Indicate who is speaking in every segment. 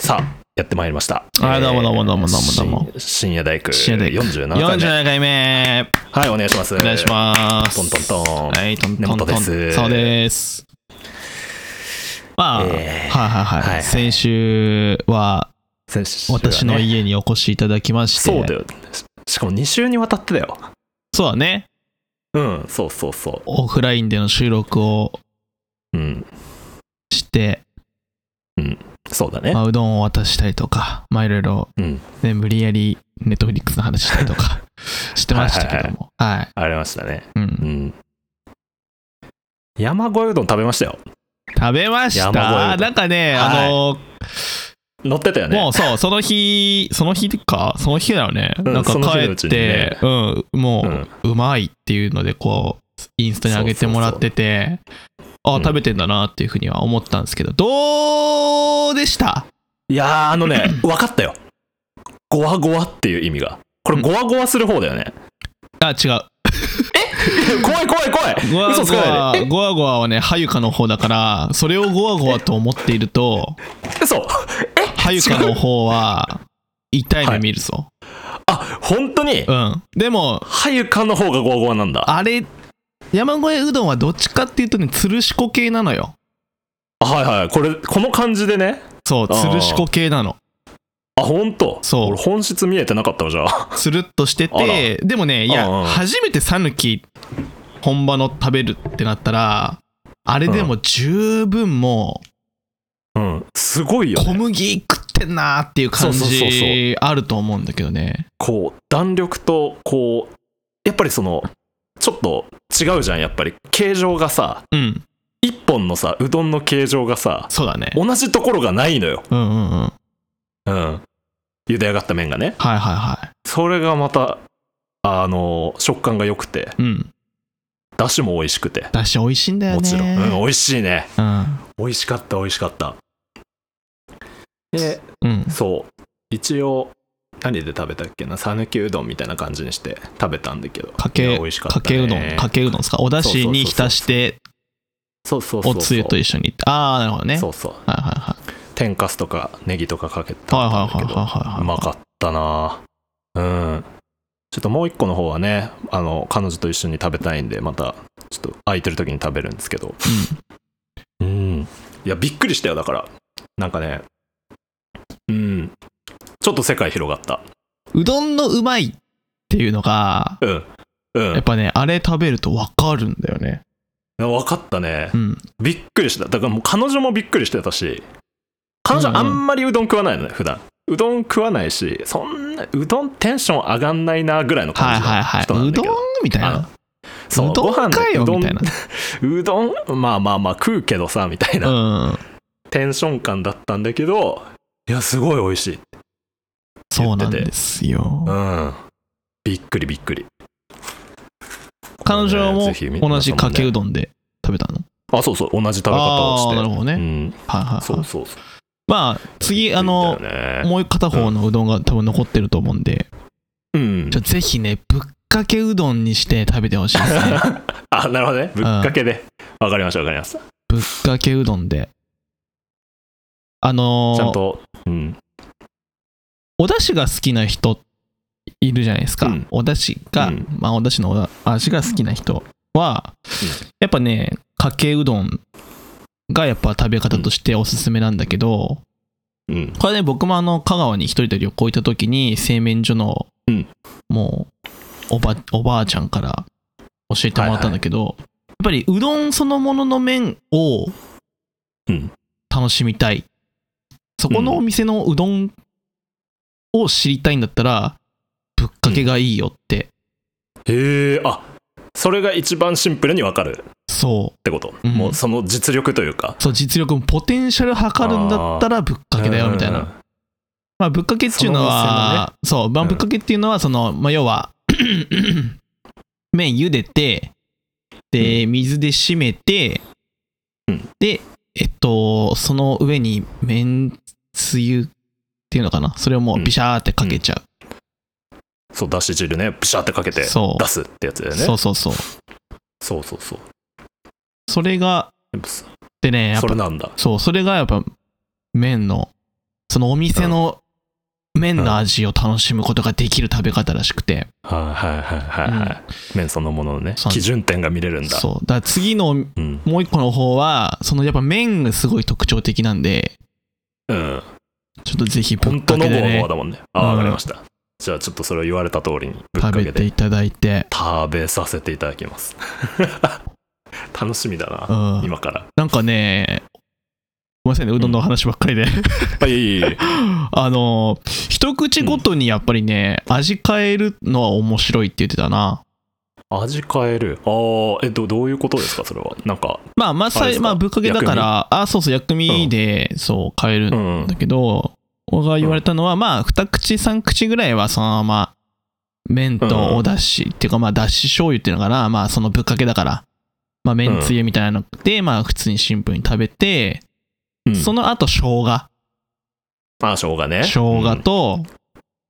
Speaker 1: さあ、やってまいりました。
Speaker 2: あどうもどうもどうもどうもどうも
Speaker 1: し深夜大工。
Speaker 2: 深夜大工
Speaker 1: 47回目。
Speaker 2: 47回目
Speaker 1: はい、お願いします。
Speaker 2: お願いします
Speaker 1: トントントン
Speaker 2: はいトントン
Speaker 1: 根本
Speaker 2: トン
Speaker 1: です
Speaker 2: そうですまあ、
Speaker 1: えー
Speaker 2: はいはいはい、
Speaker 1: はいはい
Speaker 2: 先週は
Speaker 1: 先週はね
Speaker 2: 私の家にお越しいただきまして
Speaker 1: そうだよ。しかも2週にわたってだよ。
Speaker 2: そうだね
Speaker 1: うん、そうそうそ
Speaker 2: オフラインでの収録を
Speaker 1: う。うん、
Speaker 2: して、
Speaker 1: そうだね
Speaker 2: ま。あ、うどんを渡したりとかまあいろいろ、
Speaker 1: うん、
Speaker 2: ね、無理やりネットフリックスの話したりとか してましたけどもはい
Speaker 1: ありましたね。
Speaker 2: う、
Speaker 1: うんん。山越えうどん食べましたよ。
Speaker 2: 食べまし
Speaker 1: 山越え
Speaker 2: たなんかね、
Speaker 1: はい
Speaker 2: あの
Speaker 1: 乗ってたよね
Speaker 2: も。うそう、その日、その日か、その日だよね。
Speaker 1: うん
Speaker 2: なんか
Speaker 1: その日の
Speaker 2: 帰
Speaker 1: う
Speaker 2: っ
Speaker 1: ちにね
Speaker 2: て、うん、も
Speaker 1: うん
Speaker 2: う、うまいっていうので、こう、インスタに上げてもらってて、あ
Speaker 1: うん
Speaker 2: 食べてんだなっていうふうには思ったんですけど、どうでした
Speaker 1: いやー、あの ね、分かったよ。ゴワゴワっていう意味が。これ、ゴワゴワする方だよね。
Speaker 2: あ、違う。
Speaker 1: 怖い怖い怖い
Speaker 2: ゴワ
Speaker 1: 嘘つ
Speaker 2: ゴ
Speaker 1: かないで。
Speaker 2: ワ、ゴワゴワはね、はゆかの方だから、それをゴワゴワと思っていると、
Speaker 1: 嘘
Speaker 2: はゆかの方は、痛い目見るぞ。
Speaker 1: あ本当に
Speaker 2: うん。でも、
Speaker 1: はゆかの方がゴワゴワなんだ
Speaker 2: あれ、山越えうどんはどっちかっていうとね、つるしこ系なのよ。
Speaker 1: あはいはいこれこの感じでね
Speaker 2: そ
Speaker 1: あ
Speaker 2: う、
Speaker 1: ー
Speaker 2: つるしこ系なの。
Speaker 1: あ本当
Speaker 2: そう
Speaker 1: 俺本質見えてなかったわじゃあ
Speaker 2: つるっとして
Speaker 1: あ
Speaker 2: て、でもね、いや、
Speaker 1: うんうん
Speaker 2: 初めてさぬき本場の食べるってなったら、あれでも十分も
Speaker 1: うんすごいうよ
Speaker 2: 小麦食ってんなーっていう感
Speaker 1: そうそうそうそう
Speaker 2: じあると思うんだけどね。
Speaker 1: こう弾力とこうやっぱりそのちょっと違うじゃんやっぱり形状がさ
Speaker 2: うん、
Speaker 1: 一本のさうどんの形状がさ
Speaker 2: そうだね。
Speaker 1: 同じところがないのよ
Speaker 2: うんうんうん。はい
Speaker 1: うん茹で上がった麺がね
Speaker 2: はいは
Speaker 1: それがまたあの食感が良くて
Speaker 2: い。うん。
Speaker 1: だしも美味しくて
Speaker 2: だし美味しいんだよね。
Speaker 1: もちろん、うん、美味しいね
Speaker 2: うん。
Speaker 1: 美味しかった美味しかったで
Speaker 2: うん。
Speaker 1: そう一応何で食べたっけな讃岐うどんみたいな感じにして食べたんだけど
Speaker 2: か
Speaker 1: い
Speaker 2: け、
Speaker 1: や美味しかった
Speaker 2: か
Speaker 1: ね
Speaker 2: けうどん、かけうどんですか。おだしに浸して、
Speaker 1: そうそうそう
Speaker 2: お
Speaker 1: そう
Speaker 2: つゆと一緒に。ああ、なるほどね。
Speaker 1: そうそう
Speaker 2: はいはいはい。
Speaker 1: 天かすとかネギとかかけた
Speaker 2: はいはい
Speaker 1: んだけ
Speaker 2: は
Speaker 1: ど
Speaker 2: いはいは
Speaker 1: う
Speaker 2: い。
Speaker 1: まかったなうんちょっともう一個の方はねあの彼女と一緒に食べたいんでまたちょっと空いてる時に食べるんですけどうんいやびっくりしたよだからなんかねうんちょっと世界広がった
Speaker 2: うん、うどんのうまいっていうのが、
Speaker 1: うんうん
Speaker 2: やっぱね、あれ食べるとわかるんだよね。
Speaker 1: 分かったね
Speaker 2: うん。
Speaker 1: びっくりしただからもう彼女もびっくりしてたし彼
Speaker 2: うん
Speaker 1: 女
Speaker 2: うん
Speaker 1: あんまりうどん食わないのね普段うどん食わないしそんなうどんテンション上がんないなぐらいの
Speaker 2: は
Speaker 1: 感じ
Speaker 2: いは
Speaker 1: の
Speaker 2: い
Speaker 1: 人な
Speaker 2: はい。
Speaker 1: ん
Speaker 2: う
Speaker 1: だ
Speaker 2: ど
Speaker 1: け
Speaker 2: ん
Speaker 1: ど、
Speaker 2: みたい
Speaker 1: あ
Speaker 2: な。
Speaker 1: そう
Speaker 2: うどん
Speaker 1: ご飯
Speaker 2: か
Speaker 1: で
Speaker 2: よ
Speaker 1: うどん
Speaker 2: みたいな。
Speaker 1: うどんまあまあまあ食うけどさみたいな、
Speaker 2: うん。
Speaker 1: テンション感だったんだけどいやすごい美味しい
Speaker 2: そうなんです
Speaker 1: う
Speaker 2: よ。
Speaker 1: んびっくりびっくり
Speaker 2: 彼
Speaker 1: これね
Speaker 2: 女も
Speaker 1: ぜひ皆さん
Speaker 2: 同じかけう
Speaker 1: ね
Speaker 2: どんで食べたの。
Speaker 1: あそうそう同じ食べ方を
Speaker 2: あ
Speaker 1: し
Speaker 2: あー、
Speaker 1: て
Speaker 2: なるほど
Speaker 1: う
Speaker 2: ね。
Speaker 1: ん、
Speaker 2: はいはい
Speaker 1: そ
Speaker 2: は
Speaker 1: う
Speaker 2: い。
Speaker 1: そうそう
Speaker 2: まあ、次、あの
Speaker 1: び、っくりだよね
Speaker 2: もう片方のうどんが多分残ってると思うんで、
Speaker 1: うん
Speaker 2: ちょぜひね、ぶっかけうどんにして食べてほしい ですね。
Speaker 1: あなるほどねぶっかけでわかりましたわかりました
Speaker 2: ぶっかけうどんで。あのー
Speaker 1: ちゃんと、うん、
Speaker 2: お出汁が好きな人いるじゃないですか、
Speaker 1: うん
Speaker 2: お出汁が、
Speaker 1: うん
Speaker 2: まあお出汁のおだ味が好きな人は、やっぱねかけうどんがやっぱ食べ方としておすすめなんだけど、
Speaker 1: うん、
Speaker 2: これね僕もあの香川に一人で旅行行った時に製麺所の、
Speaker 1: うん
Speaker 2: もうおばおばあちゃんから教えてもらったんだけど、やっぱりうどんそのものの麺を
Speaker 1: うん
Speaker 2: 楽しみたいそこのお店のうどんを知りたいんだったらぶっかけがいいよって、
Speaker 1: へえあそれが一番シンプルにわかるっ
Speaker 2: そ
Speaker 1: てこと、
Speaker 2: うん
Speaker 1: もうその実力というか
Speaker 2: うそう実力もポテンシャル測るんだったらぶっかけだよみたいなまあ、ぶっかけっていうのは、そう、まあ、
Speaker 1: うん
Speaker 2: ぶっかけっていうのは、その、まあ、要は、 麺茹でて、で、水で締めて、
Speaker 1: うん
Speaker 2: で、えっと、その上に麺つゆっていうのかな、それをもうビシャーってかけちゃ
Speaker 1: そうだし汁ねプシャってかけて
Speaker 2: う。
Speaker 1: 出
Speaker 2: そう。
Speaker 1: すってやつだよね
Speaker 2: そうそうそう。
Speaker 1: そうそうそう
Speaker 2: それが、
Speaker 1: やっぱそ
Speaker 2: でね、やっ
Speaker 1: それ
Speaker 2: ぱ、
Speaker 1: なんだ
Speaker 2: そう、それがやっぱ、麺のそのお店の麺の味を楽しむことができる食べ方らしくて、
Speaker 1: はいはいはいはいはい、麺そのもののね
Speaker 2: そうなんで
Speaker 1: 基
Speaker 2: す
Speaker 1: 準点が見れるんだう、
Speaker 2: そうだから次のも
Speaker 1: ん
Speaker 2: う一個の方はそのやっぱ麺がすごい特徴的なんで
Speaker 1: うん、
Speaker 2: ちょっとぜひぶっ
Speaker 1: 本当
Speaker 2: か
Speaker 1: の
Speaker 2: け
Speaker 1: 方
Speaker 2: で
Speaker 1: の
Speaker 2: ね
Speaker 1: 方だもんねああ
Speaker 2: うん
Speaker 1: 分かりましたじゃあちょっとそれを言われた通りにぶっか
Speaker 2: 食
Speaker 1: け
Speaker 2: べて
Speaker 1: て
Speaker 2: いただいて、
Speaker 1: 食べさせていただきます 楽しみだ
Speaker 2: う
Speaker 1: な、
Speaker 2: ん、
Speaker 1: 今から
Speaker 2: なんかねごめんなさいねうどんの話ばっかりで
Speaker 1: はいいいいい
Speaker 2: あの一口ごとにやっぱりね味変えるのは面白いって言ってたな
Speaker 1: 味変えるああえどどういうことですかそれはなんか
Speaker 2: まあまあ
Speaker 1: あれですか
Speaker 2: まあぶっかけだからあそうそう薬味で、そう変える
Speaker 1: うんん
Speaker 2: だけど、俺が言われたのは、まあ2口3口ぐらいはそのまま麺とおだし、っていうかまあだし醤油っていうのかなまあそのぶっかけだからまあ麺つゆみたいなので、まあ普通にシンプルに食べて、
Speaker 1: うん
Speaker 2: その後生姜
Speaker 1: あ生姜ね
Speaker 2: 生姜と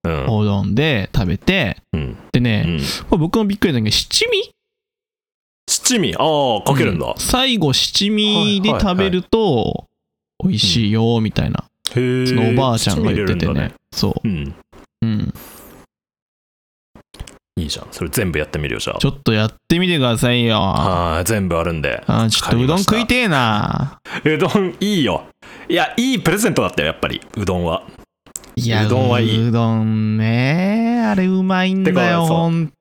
Speaker 1: うんうん
Speaker 2: おうどんで食べて、
Speaker 1: うんう
Speaker 2: でね、
Speaker 1: ん
Speaker 2: これ僕もびっくりだけど七味
Speaker 1: 七味ああかけるんだ、
Speaker 2: う最後七味で食べると美味しいよみたいな
Speaker 1: へえ
Speaker 2: そのおばあちゃんが言っててねそ
Speaker 1: うん
Speaker 2: う、うん、
Speaker 1: いいじゃんそれ全部やってみるよじゃあ
Speaker 2: ちょっとやってみてくださいよあ
Speaker 1: はい全部あるんで
Speaker 2: ーちょっとうどん食いてえな
Speaker 1: うどんいいよいやいいプレゼントだったよやっぱりうどんはい
Speaker 2: や
Speaker 1: うどんはいいう
Speaker 2: どんねあれうまいん
Speaker 1: て
Speaker 2: だ
Speaker 1: か
Speaker 2: よ
Speaker 1: そう
Speaker 2: 本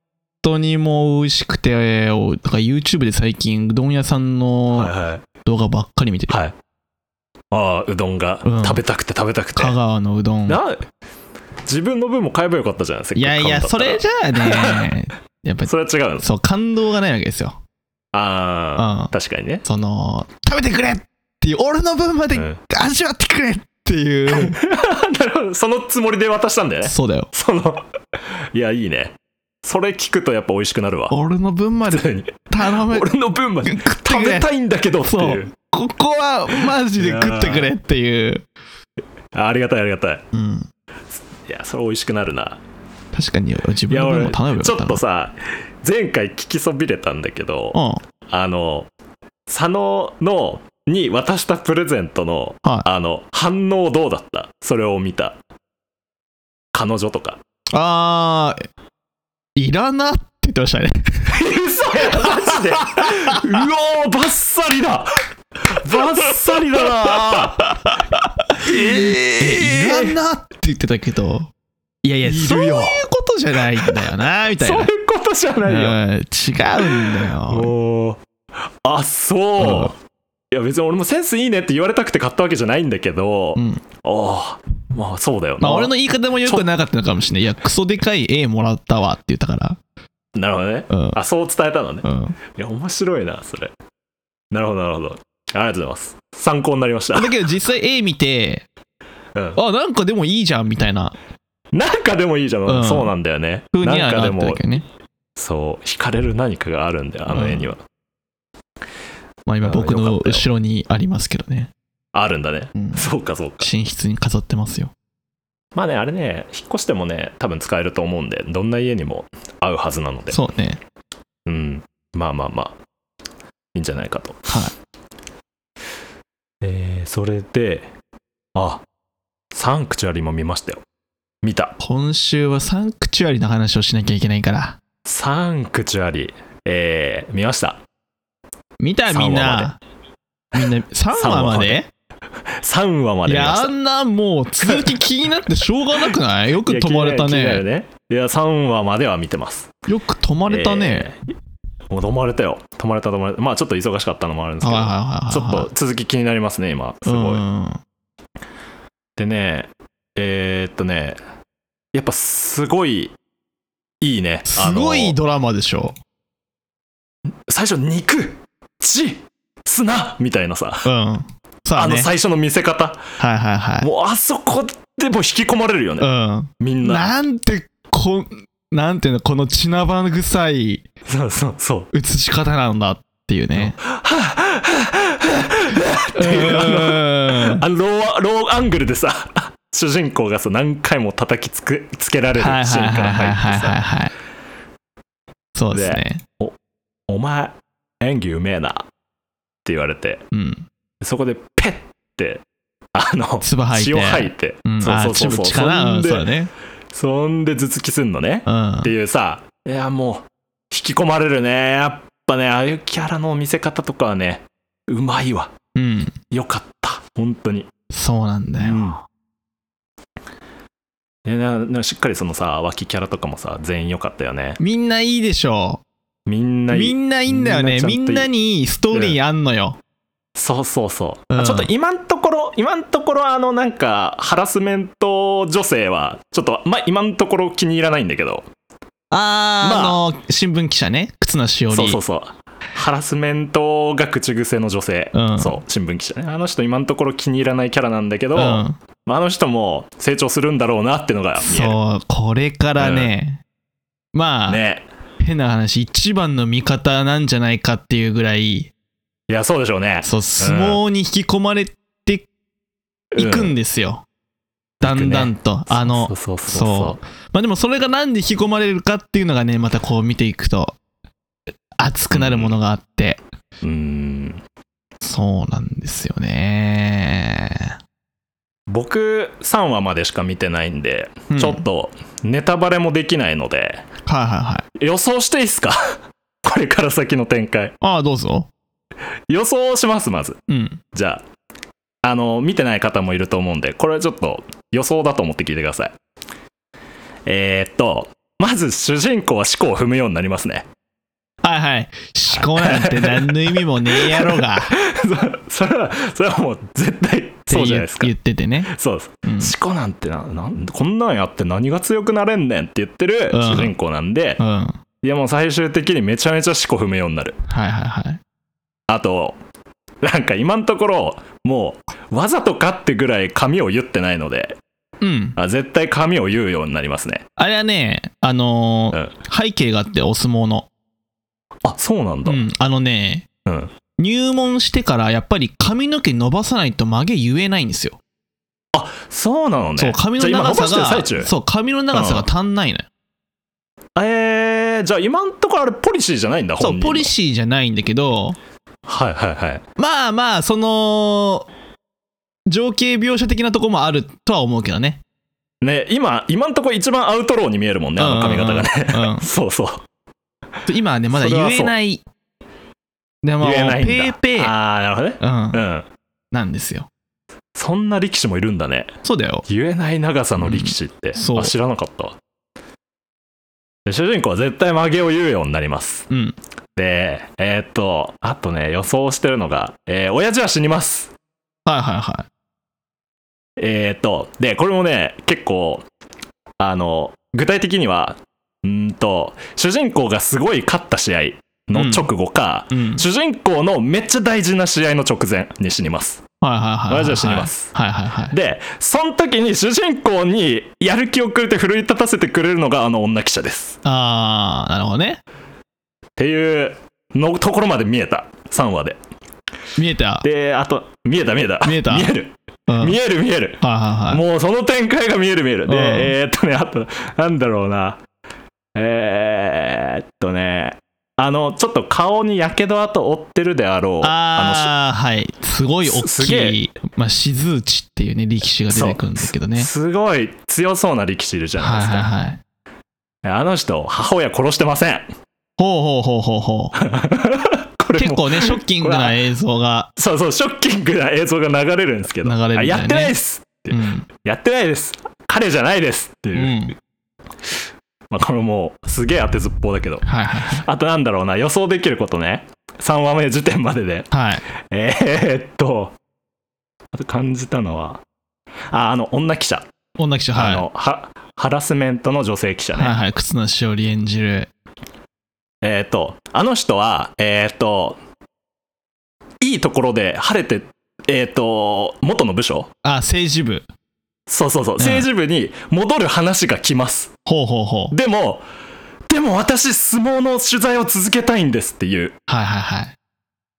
Speaker 2: 当にもう美味しくておだから YouTube で最近うどん屋さ
Speaker 1: はい
Speaker 2: んの
Speaker 1: はい
Speaker 2: 動画ばっかり見てる、
Speaker 1: はいああうどんが
Speaker 2: うん
Speaker 1: 食べたくて食べたくて、
Speaker 2: 香川のうどん
Speaker 1: な自分の分も買えばよかったじゃんせっかく
Speaker 2: いや
Speaker 1: 買うん
Speaker 2: い
Speaker 1: だ
Speaker 2: や
Speaker 1: った
Speaker 2: そ
Speaker 1: ら
Speaker 2: れじゃあね やっぱり
Speaker 1: それは違うの
Speaker 2: そう感動がないわけですよ
Speaker 1: あ
Speaker 2: うん
Speaker 1: あ確かにね
Speaker 2: その食べてくれっていう俺の分ま
Speaker 1: う
Speaker 2: で
Speaker 1: ん
Speaker 2: 味わってくれっていう、
Speaker 1: なるほどそのつもりで渡したんだよね
Speaker 2: そうだよ
Speaker 1: そのいやいいねそれ聞くとやっぱ美味しくなるわ
Speaker 2: 俺の分まで
Speaker 1: 普通に
Speaker 2: 頼む
Speaker 1: 俺の分まで
Speaker 2: 食って
Speaker 1: 食
Speaker 2: く
Speaker 1: べ
Speaker 2: れ
Speaker 1: たいんだけどって
Speaker 2: そ
Speaker 1: いうう
Speaker 2: ここはマジで食ってくれっていう、
Speaker 1: あありがたいありがたい
Speaker 2: うん、
Speaker 1: いやそれ美味しくなるな
Speaker 2: 確かに自
Speaker 1: い
Speaker 2: 分
Speaker 1: や
Speaker 2: の分
Speaker 1: 俺
Speaker 2: も頼むよ
Speaker 1: ちょっと
Speaker 2: っ
Speaker 1: さ前回聞きそびれたんだけど
Speaker 2: うん
Speaker 1: あの佐野のに渡したプレゼントの、
Speaker 2: はい
Speaker 1: あの反応どうだったそれを見た彼女とか
Speaker 2: あーいらなって言ってましたね
Speaker 1: 嘘やマジでうおーバッサリだバッサリだなえ
Speaker 2: いらなって言ってたけどいやいや
Speaker 1: いるよ
Speaker 2: そういうことじゃないんだよ なみたい
Speaker 1: そうい
Speaker 2: な
Speaker 1: うことじゃないよ、
Speaker 2: うん違うんだよ
Speaker 1: おーあそう、
Speaker 2: うん
Speaker 1: いや別に俺もセンスいいねって言われたくて買ったわけじゃないんだけど、
Speaker 2: うん
Speaker 1: ああまあそうだよな、
Speaker 2: まあ俺の言い方もよくなかったのかもしれない。いや、クソでかい A もらったわって言ったから。
Speaker 1: なるほどね
Speaker 2: うん。
Speaker 1: あそう伝えたのね
Speaker 2: うん、
Speaker 1: いや面白いなそれなるほどなるほどありがとうございます参考になりました、
Speaker 2: だけど実際 A 見て、
Speaker 1: うん、
Speaker 2: あ、なんかでもいいじゃんみたいな
Speaker 1: なんかでもいいじゃん、
Speaker 2: うん
Speaker 1: そうなんだよね
Speaker 2: 風に
Speaker 1: な
Speaker 2: は
Speaker 1: んか
Speaker 2: な
Speaker 1: で
Speaker 2: ったわ
Speaker 1: も
Speaker 2: けね。
Speaker 1: そう惹かれる何かがあるんだよあの絵には、
Speaker 2: まあ今僕の後ろにありますけどね。
Speaker 1: あるんだね
Speaker 2: うん、
Speaker 1: そうかそうか
Speaker 2: 寝室に飾ってますよ。
Speaker 1: まあねあれね引っ越してもね多分使えると思うんでどんな家にも合うはずなので
Speaker 2: そうね。
Speaker 1: うん、まあまあまあ、いいんじゃないかと。
Speaker 2: はい。
Speaker 1: えー、それで、あ、サンクチュアリも見ましたよ。見た。
Speaker 2: 今週はサンクチュアリの話をしなきゃいけないから。
Speaker 1: サンクチュアリ、えー、見ました。
Speaker 2: 見た
Speaker 1: 三話
Speaker 2: みんな。みんな3
Speaker 1: 三話
Speaker 2: 話ま
Speaker 1: まで
Speaker 2: で
Speaker 1: 3話ま
Speaker 2: い
Speaker 1: で見ま
Speaker 2: や
Speaker 1: し
Speaker 2: あ
Speaker 1: た。
Speaker 2: んなもう続き気になってしょうがな くないよく止まれ
Speaker 1: い
Speaker 2: た
Speaker 1: や気になる気に
Speaker 2: ね
Speaker 1: なるね。いや、3話までは見てます。
Speaker 2: よく止まれたね、
Speaker 1: えー。もう止まれたよ。止まれた止まれた。まあちょっと忙しかったのもあるんですけ
Speaker 2: はい
Speaker 1: ど、
Speaker 2: はいはいはい
Speaker 1: ちょっと続き気になりますね、今。すごい。
Speaker 2: うん
Speaker 1: でね、えー、っとね、やっぱすごい、いいね。あ
Speaker 2: す
Speaker 1: の
Speaker 2: ごいドラマでしょ。
Speaker 1: 最初肉血砂みたいなさ
Speaker 2: うん。さ
Speaker 1: あ
Speaker 2: あ、ね、
Speaker 1: の最初の見せ方
Speaker 2: はいはいはい。
Speaker 1: もうあそこでもう引き込まれるよねみ
Speaker 2: うんん。
Speaker 1: な
Speaker 2: なんて、こん、なんていうの、この血なばぐさい
Speaker 1: そうそうそう
Speaker 2: 映し方なんだっていう ね。うんは
Speaker 1: あのローローアングルでさ主人公がさ何回も叩きつくつけら
Speaker 2: い
Speaker 1: れるシ
Speaker 2: はいはい
Speaker 1: ーンから
Speaker 2: はい
Speaker 1: 入っ
Speaker 2: はい
Speaker 1: てさ
Speaker 2: はい。そうですね。
Speaker 1: 「お前演技うめえな」って言われて
Speaker 2: うん。
Speaker 1: そこでペッってあの
Speaker 2: 唾吐いて
Speaker 1: 血を吐いて、
Speaker 2: うん、
Speaker 1: そうそうそう
Speaker 2: あ
Speaker 1: そう
Speaker 2: 血かな
Speaker 1: そ
Speaker 2: うんん
Speaker 1: で
Speaker 2: そうだね
Speaker 1: そんで頭突きすんのね、
Speaker 2: う
Speaker 1: って
Speaker 2: ん
Speaker 1: いうさいやもう引き込まれるねやっぱねああいうキャラの見せ方とかはねうまいわ
Speaker 2: うん
Speaker 1: よかった本当に
Speaker 2: そうなんだよ
Speaker 1: ねななしっかりそのさ脇キャラとかもさ全員良かったよね
Speaker 2: みんないいでしょ
Speaker 1: みんないい
Speaker 2: みんないいんだよね
Speaker 1: み
Speaker 2: み
Speaker 1: んなちゃんといい
Speaker 2: んなにストーリーあんのよ
Speaker 1: そうそうそう、
Speaker 2: うん
Speaker 1: ちょっと今んところ今んところあのなんかハラスメント女性はちょっとまあ今んところ気に入らないんだけどま
Speaker 2: あーあの新聞記者ね忽那しおり
Speaker 1: そうそうそうハラスメントが口癖の女性、
Speaker 2: うん
Speaker 1: そう新聞記者ねあの人今んところ気に入らないキャラなんだけど、
Speaker 2: う
Speaker 1: ま
Speaker 2: ん
Speaker 1: ああの人も成長するんだろうなってのが見える
Speaker 2: そうこれからね、まあ、
Speaker 1: ね
Speaker 2: 変な話一番の味方なんじゃないかっていうぐらい
Speaker 1: いやそうでしょうね
Speaker 2: そう相撲に引き込まれていくんですよ、だんだんと、あの
Speaker 1: そうそうそう
Speaker 2: そうまあでもそれがなんで引き込まれるかっていうのがねまたこう見ていくと熱くなるものがあって、
Speaker 1: うーん
Speaker 2: そうなんですよね、
Speaker 1: 僕3話までしか見てないんで、
Speaker 2: うん
Speaker 1: ちょっとネタバレもできないので
Speaker 2: はいはいはい
Speaker 1: 予想していいっすか これから先の展開
Speaker 2: ああどうぞ
Speaker 1: 予想しますまず
Speaker 2: うん
Speaker 1: じゃああの見てない方もいると思うんでこれはちょっと予想だと思って聞いてくださいえー、っとまず主人公は思考を踏むようになりますね
Speaker 2: はいはい思考なんて何の意味もねえや ろが
Speaker 1: そそれはそれはもう絶対そうじゃないです
Speaker 2: っ
Speaker 1: か
Speaker 2: て言っててね、
Speaker 1: そうです
Speaker 2: うん
Speaker 1: 思考なんてななんこんなんやって何が強くなれんねんって言ってる
Speaker 2: うん
Speaker 1: 主人公なんで
Speaker 2: う、んはい
Speaker 1: いやもう最終的にめちゃめちゃ思考踏むようになる
Speaker 2: はいはい
Speaker 1: あとなんか今のところもうわざとかってぐらい髪を言ってないので
Speaker 2: うん
Speaker 1: あ絶対髪を言うようになりますね
Speaker 2: あれはね、あのー
Speaker 1: うん
Speaker 2: 背景があって、お相撲の。
Speaker 1: あそうなんだ、
Speaker 2: うん、あのね、
Speaker 1: うん
Speaker 2: 入門してからやっぱり髪の毛伸ばさないと曲げ言えないんですよ。
Speaker 1: そうなのね
Speaker 2: そう、髪の
Speaker 1: じゃあ今
Speaker 2: 長
Speaker 1: 伸ばしてる
Speaker 2: さ
Speaker 1: 最
Speaker 2: が、
Speaker 1: 中
Speaker 2: そう、髪の長さが足んないのよ。
Speaker 1: えー、じゃあ今のところあれポリシーじゃないんだ
Speaker 2: そ
Speaker 1: 本人
Speaker 2: う、
Speaker 1: の
Speaker 2: ポリシーじゃないんだけど、
Speaker 1: はいはいはい
Speaker 2: まあまあ、その、情景描写的なとこもあるとは思うけどね。
Speaker 1: ね今今のところ一番アウトローに見えるもんねあの髪型がね、
Speaker 2: う んうんうん
Speaker 1: そうそう
Speaker 2: 今はね、まだ
Speaker 1: それはそう
Speaker 2: 言えない。でも、
Speaker 1: 言えないんだ
Speaker 2: ペーペー、
Speaker 1: ああなるほどね
Speaker 2: うん
Speaker 1: う、ん
Speaker 2: なんですよ。
Speaker 1: そんな力士もいるんだね
Speaker 2: そうだよ。
Speaker 1: 言えない長さの力士って、
Speaker 2: そう
Speaker 1: あ知らなかったわで主人公は絶対曲げを言うようになります
Speaker 2: うん。
Speaker 1: でえーっとあとね予想してるのが、えー親父は死にます
Speaker 2: はいはいはい。
Speaker 1: えーっとでこれもね結構あの具体的にはうーんと主人公がすごい勝った試合の直後か、
Speaker 2: うん。
Speaker 1: 主人公のめっちゃ大事な試合の直前に死にます
Speaker 2: はいはいはいはいはい。
Speaker 1: 親父は死にます
Speaker 2: はいはいはい。
Speaker 1: でその時に主人公にやる気をくれて奮い立たせてくれるのがあの女記者ですっ
Speaker 2: あー、なるほどね。
Speaker 1: ていうのところまで見えた3話で
Speaker 2: 見えた。
Speaker 1: であと見えた見えた
Speaker 2: 見えた
Speaker 1: 見える
Speaker 2: うん、
Speaker 1: 見える見える
Speaker 2: はいはいはい。
Speaker 1: もうその展開が見える見えるで、
Speaker 2: うん
Speaker 1: えーっとねあとなんだろうなえー、っとねあのちょっと顔にやけど跡負ってるであろうの
Speaker 2: あーはい。すごい大
Speaker 1: すすげ
Speaker 2: きい、まあ、しずうちっていうね、力士が出てくるんですけどね。
Speaker 1: すごい強そうな力士いるじゃない
Speaker 2: は
Speaker 1: で
Speaker 2: い
Speaker 1: すか、
Speaker 2: はいはい。
Speaker 1: あの人母親殺してません
Speaker 2: ほうほうほうほうほう。
Speaker 1: これ
Speaker 2: 結
Speaker 1: も
Speaker 2: 構ね、ショッキングな映像が。
Speaker 1: そうそう、ショッキングな映像が流れるんですけど、
Speaker 2: 流れるんだよね
Speaker 1: あやってないです
Speaker 2: うん。
Speaker 1: やってないです彼じゃないですって
Speaker 2: う
Speaker 1: いう、
Speaker 2: ん。
Speaker 1: まあ、これもうすげえ当てずっぽうだけど、
Speaker 2: はいはいはい。
Speaker 1: あとなんだろうな、予想できることね、3話目時点まで で、
Speaker 2: はい。
Speaker 1: えー、っと、あと感じたのは、あ、あの、女記者、
Speaker 2: 女記者、はい。
Speaker 1: あのは、ハラスメントの女性記者ね、
Speaker 2: はいはい。忽那しおり演じる。
Speaker 1: えー、っと、あの人は、えー、っと、いいところで晴れて、えー、っと、元の部署
Speaker 2: あ、政治部。
Speaker 1: そうそうそう、政治部に戻る話が来ます。
Speaker 2: ほうほうほう。
Speaker 1: でも、でも私、相撲の取材を続けたいんですっていう
Speaker 2: はいはいはい。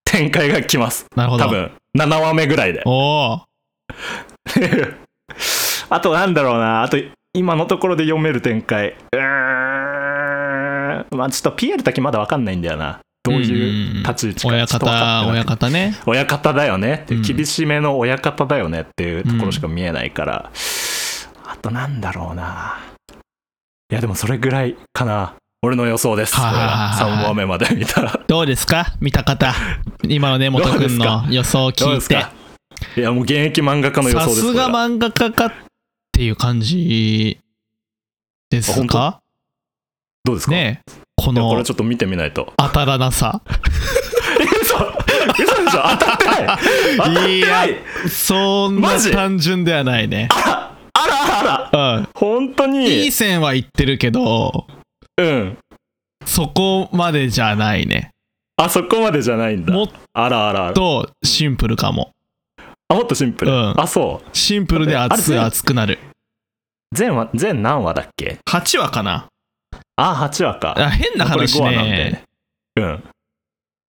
Speaker 1: 展開が来ます。
Speaker 2: なるほど。
Speaker 1: 多分、7話目ぐらいで。
Speaker 2: おー。
Speaker 1: あと、なんだろうな、あと、今のところで読める展開。うーんまあ、ちょっとピエールだけまだわかんないんだよな。どういううん立ち位置
Speaker 2: 親
Speaker 1: がちょっと分かってなく
Speaker 2: 方、
Speaker 1: て
Speaker 2: 親方ね。
Speaker 1: 親方だよねって、
Speaker 2: うん
Speaker 1: 厳しめの親方だよねっていうところしか見えないから、あとなんだろうないやでもそれぐらいかな俺の予想です
Speaker 2: はいはいはいはい
Speaker 1: 3話目まで見たら
Speaker 2: どうですか見た方。今の根本くんの予想を
Speaker 1: どう
Speaker 2: 聞
Speaker 1: で
Speaker 2: い
Speaker 1: す
Speaker 2: て
Speaker 1: か。いやもう現役漫画家の予想
Speaker 2: さ
Speaker 1: です
Speaker 2: すが
Speaker 1: これは
Speaker 2: 漫画家かっていう感じですか
Speaker 1: どうですか、
Speaker 2: ねえこ
Speaker 1: いやこれ
Speaker 2: の
Speaker 1: ちょっと見てみないと
Speaker 2: 当たらなさ。
Speaker 1: 嘘嘘でしょ当たってない当たってない
Speaker 2: そんな
Speaker 1: マジ
Speaker 2: 単純ではないね。
Speaker 1: あらあら
Speaker 2: うん。
Speaker 1: 本当に
Speaker 2: いい線は言ってるけど、
Speaker 1: うん
Speaker 2: そこまでじゃないね。
Speaker 1: あそこまでじゃないんだ
Speaker 2: もっ
Speaker 1: あらあらあら
Speaker 2: とシンプルかも。
Speaker 1: あもっとシンプル、
Speaker 2: うん
Speaker 1: あそう
Speaker 2: シンプルで熱い
Speaker 1: あれ
Speaker 2: 熱くなる。
Speaker 1: 全話全何話だっけ
Speaker 2: 8話かな
Speaker 1: あ8話か
Speaker 2: あ変な
Speaker 1: 残り
Speaker 2: 話
Speaker 1: 5話なんだよ
Speaker 2: ね
Speaker 1: ね。うん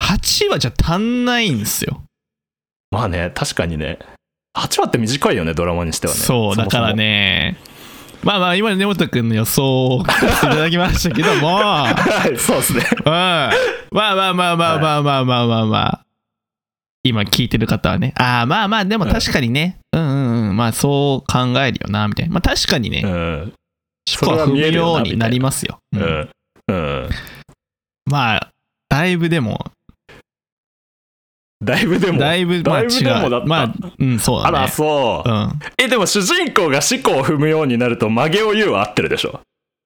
Speaker 2: 8話じゃ足んないんですよ。
Speaker 1: まあね確かにね8話って短いよねドラマにしてはね
Speaker 2: そう、だからね。まあまあ、今の根本くんの予想を聞かせていただきましたけども、うん。
Speaker 1: そ
Speaker 2: ま
Speaker 1: もそもはいそう ですね
Speaker 2: あまあまあまあまあまあまあまあまあ。今聞いてる方はね、ああまあまあ、でも確かにね、うんうんうん、まあそう考えるよな、みたいな。まあ確かにね、
Speaker 1: うん
Speaker 2: 思考は
Speaker 1: それは見
Speaker 2: 踏
Speaker 1: え
Speaker 2: む
Speaker 1: るよ
Speaker 2: よう
Speaker 1: な
Speaker 2: になりますよ。
Speaker 1: う
Speaker 2: うん
Speaker 1: んうん
Speaker 2: まあ、だいぶでも、
Speaker 1: だいぶでも
Speaker 2: だいぶ、ま
Speaker 1: だ
Speaker 2: あ
Speaker 1: い
Speaker 2: 違
Speaker 1: ぶでもだっ
Speaker 2: う。
Speaker 1: た
Speaker 2: まあ、うん、そう
Speaker 1: あ
Speaker 2: だ
Speaker 1: ら
Speaker 2: ね。
Speaker 1: そう、
Speaker 2: うん。
Speaker 1: えでも主人公が思考を踏むようになると曲げを言うは合ってるでしょ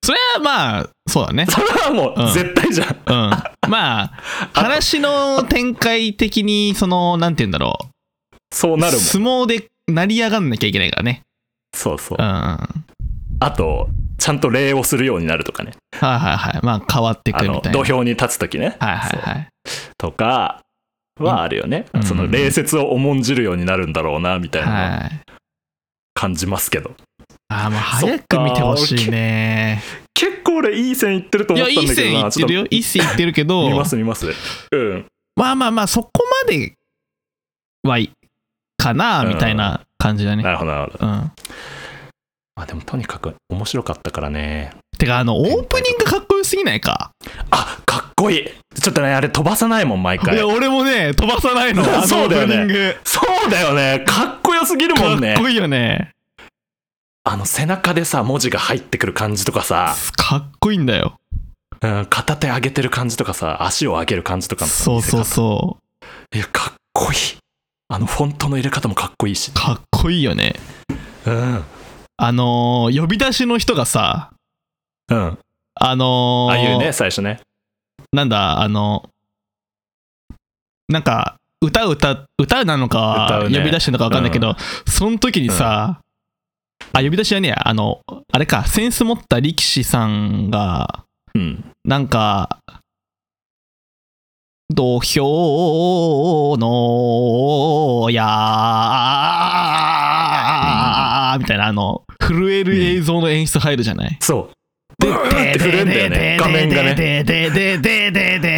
Speaker 2: それはまあ、そうだね。
Speaker 1: それはも
Speaker 2: うん
Speaker 1: う絶対じゃん、
Speaker 2: うん、まあ話の展開的にそのなんて言うんだろ
Speaker 1: そう
Speaker 2: う
Speaker 1: なるもん
Speaker 2: 相撲で成り上がんなきゃいけないからね
Speaker 1: そうそう
Speaker 2: うんはい
Speaker 1: あとちゃんと礼をするようになるとかね
Speaker 2: はいはいまあ変わっていく
Speaker 1: あ
Speaker 2: み
Speaker 1: の
Speaker 2: たいな
Speaker 1: 土俵に立つ時ね
Speaker 2: はいはいはい
Speaker 1: とかはあるよね、
Speaker 2: うん
Speaker 1: その礼節を重んじるようになるんだろうなみたいなの
Speaker 2: はい
Speaker 1: 感じますけど、
Speaker 2: あーもう早く見てほしいね
Speaker 1: 結構俺いい線いってると
Speaker 2: い
Speaker 1: 思っ
Speaker 2: やい
Speaker 1: たん
Speaker 2: い
Speaker 1: だけ
Speaker 2: 線
Speaker 1: ど
Speaker 2: い
Speaker 1: な
Speaker 2: ってるよいい線いってる
Speaker 1: ち
Speaker 2: け
Speaker 1: ょっと
Speaker 2: ど
Speaker 1: 見ます見ますうん
Speaker 2: まあまあまあそこまではいいかなみたいな感じだね
Speaker 1: なるほどなるほど
Speaker 2: うん
Speaker 1: まあでもとにかく面白かったからね
Speaker 2: てかあのオープニングかっこよすぎないか
Speaker 1: あかっこいいちょっとねあれ飛ばさないもん毎
Speaker 2: い
Speaker 1: 回
Speaker 2: や俺もね飛ばさないのあの
Speaker 1: そ
Speaker 2: オー
Speaker 1: うだ
Speaker 2: プ
Speaker 1: よね
Speaker 2: ニング
Speaker 1: そうだよねかっこよすぎるもんね
Speaker 2: かっこいいよね
Speaker 1: あの背中でさ文字が入ってくる感じとかさ、
Speaker 2: かっこいいんだよ
Speaker 1: うん、片手上げてる感じとかさ足を上げる感じとかのさ
Speaker 2: そうそうそ
Speaker 1: 見せ方いやかっこいいあのフォントの入れ方もかっこいいし
Speaker 2: うかっこいいよね
Speaker 1: うん
Speaker 2: あのー呼び出しの人がさ
Speaker 1: うん
Speaker 2: あの
Speaker 1: あ
Speaker 2: ー
Speaker 1: あいうね最初ね
Speaker 2: なんだあのなんか歌う歌歌うなの
Speaker 1: 歌
Speaker 2: か
Speaker 1: うね
Speaker 2: 呼び出してるのか分かんないけど、その時にさ、あ呼び出しじゃねえやあのあれかセンス持った力士さんが
Speaker 1: うん
Speaker 2: なんか土俵のやーみたいなあの震える映像の演出入るじゃない。
Speaker 1: そうでででででで画面がね
Speaker 2: でででででで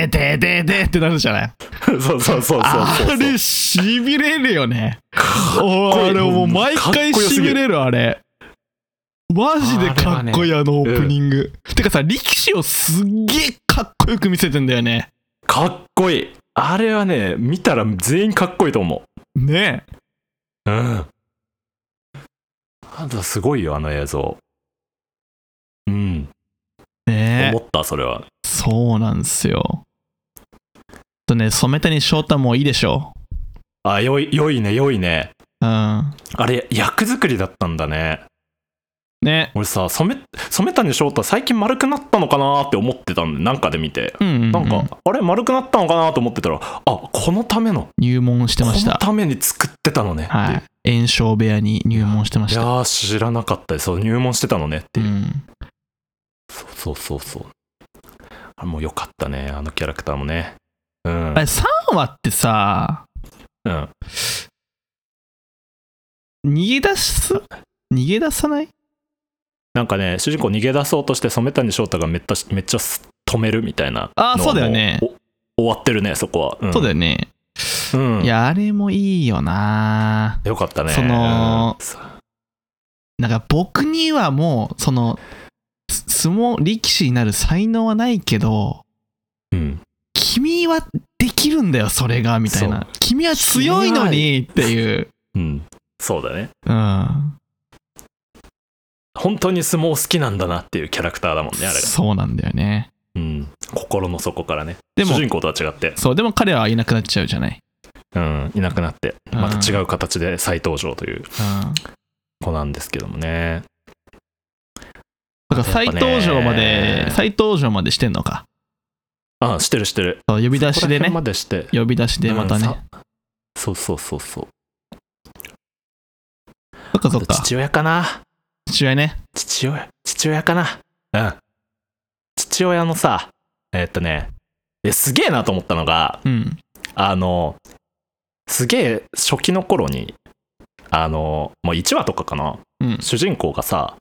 Speaker 2: でででってなるじゃない。
Speaker 1: そうそうそうそうそ
Speaker 2: あ
Speaker 1: う
Speaker 2: れしびれるよね。
Speaker 1: っこいい
Speaker 2: あれもう毎
Speaker 1: かっこ
Speaker 2: 回
Speaker 1: よす
Speaker 2: し
Speaker 1: ぎる
Speaker 2: びれるあれ。マジでかっこいいあのオープニング。てかさ力士をすっげえかっこよく見せてんだよね。
Speaker 1: かっこいいあれはね見たら全員かっこいいと思
Speaker 2: ねえ。
Speaker 1: ううんあとすごいよあの映像うん
Speaker 2: ね
Speaker 1: 思
Speaker 2: え
Speaker 1: ったそれは
Speaker 2: そうなんですよとね染谷翔太もいいでしょ
Speaker 1: あよい良いね良いね
Speaker 2: うん
Speaker 1: あれ役作りだったんだね
Speaker 2: ね
Speaker 1: 俺さ染染谷翔太最近丸くなったのかなって思ってたんでなんかで見て
Speaker 2: うんうん、うん、
Speaker 1: なんか、あれ丸くなったのかなと思ってたらあこのための
Speaker 2: 入門してまし
Speaker 1: この
Speaker 2: た
Speaker 1: ために作ってたのねっていう
Speaker 2: はい炎症部屋に入門してま
Speaker 1: い
Speaker 2: し
Speaker 1: や
Speaker 2: た
Speaker 1: ー知らなかったですそう入門してたのねって
Speaker 2: う
Speaker 1: いう、
Speaker 2: ん、
Speaker 1: そうそうそうそうあれもうよかったねあのキャラクターもねうん
Speaker 2: あれ3話ってさ
Speaker 1: うん
Speaker 2: 逃げ出す逃げ出さない
Speaker 1: なんかね主人公逃げ出そうとして染谷翔太がめっちゃめっちゃす止めるみたいな
Speaker 2: あー
Speaker 1: のはも
Speaker 2: そうだよね
Speaker 1: お終わってるねそこは、ん
Speaker 2: そうだよね、
Speaker 1: うん
Speaker 2: いやあれもいいよな
Speaker 1: よかったね
Speaker 2: その
Speaker 1: うんそう
Speaker 2: なんか僕にはもうそのす相撲力士になる才能はないけど
Speaker 1: うん
Speaker 2: 君はでききるんだよそれがみたいな君は強いのにっていう
Speaker 1: うんそうだね
Speaker 2: うん
Speaker 1: 本当に相撲好きなんだなっていうキャラクターだもんねあれが、
Speaker 2: そうなんだよね
Speaker 1: うん、心の底からね
Speaker 2: でも
Speaker 1: 主人公とは違って、
Speaker 2: そうでも彼はいなくなっちゃうじゃない、
Speaker 1: うん、いなくなって
Speaker 2: うん
Speaker 1: また違う形で再登場という
Speaker 2: うん、
Speaker 1: 子なんですけどもね
Speaker 2: だから再登場まで再登場までしてんのか
Speaker 1: ああしてるしてる
Speaker 2: そう呼び出しで
Speaker 1: ここら辺
Speaker 2: ね
Speaker 1: までして
Speaker 2: 呼び出しでまたね、
Speaker 1: うんさそうそうそうそう
Speaker 2: そっかそっ
Speaker 1: あと
Speaker 2: か
Speaker 1: 父親かな
Speaker 2: 父親ね
Speaker 1: 父親父親かなうん父親のさえーっとねえすげえなと思ったのが
Speaker 2: うん
Speaker 1: あのすげえ初期の頃にあのもう1話とかかな
Speaker 2: うん
Speaker 1: 主人公がさ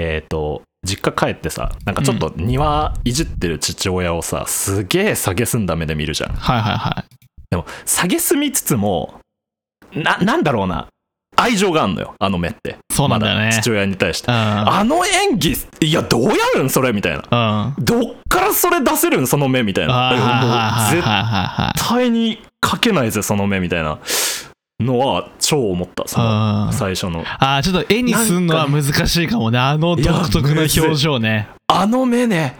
Speaker 1: えっ、と実家帰ってさなんかちょっと庭いじってる父親をさ、すげえ蔑んだ目で見るじゃん
Speaker 2: はいはいは
Speaker 1: でも蔑みつつもななんだろうな愛情があんのよあの目って
Speaker 2: いそうなんだよ
Speaker 1: ま
Speaker 2: ね
Speaker 1: 父親に対して、
Speaker 2: うん
Speaker 1: あの演技いやどうやるんそれみたいな
Speaker 2: うんはい
Speaker 1: どっからそれ出せるんその目みたい
Speaker 2: はい
Speaker 1: な
Speaker 2: は
Speaker 1: もう
Speaker 2: い
Speaker 1: 絶
Speaker 2: はいはいはい
Speaker 1: 対に描けないぜその目みたいなのは超思ったその
Speaker 2: あ
Speaker 1: 最初の
Speaker 2: あーちょっと絵にすんのは難しいかもねあの独特の表情ね
Speaker 1: あの目ね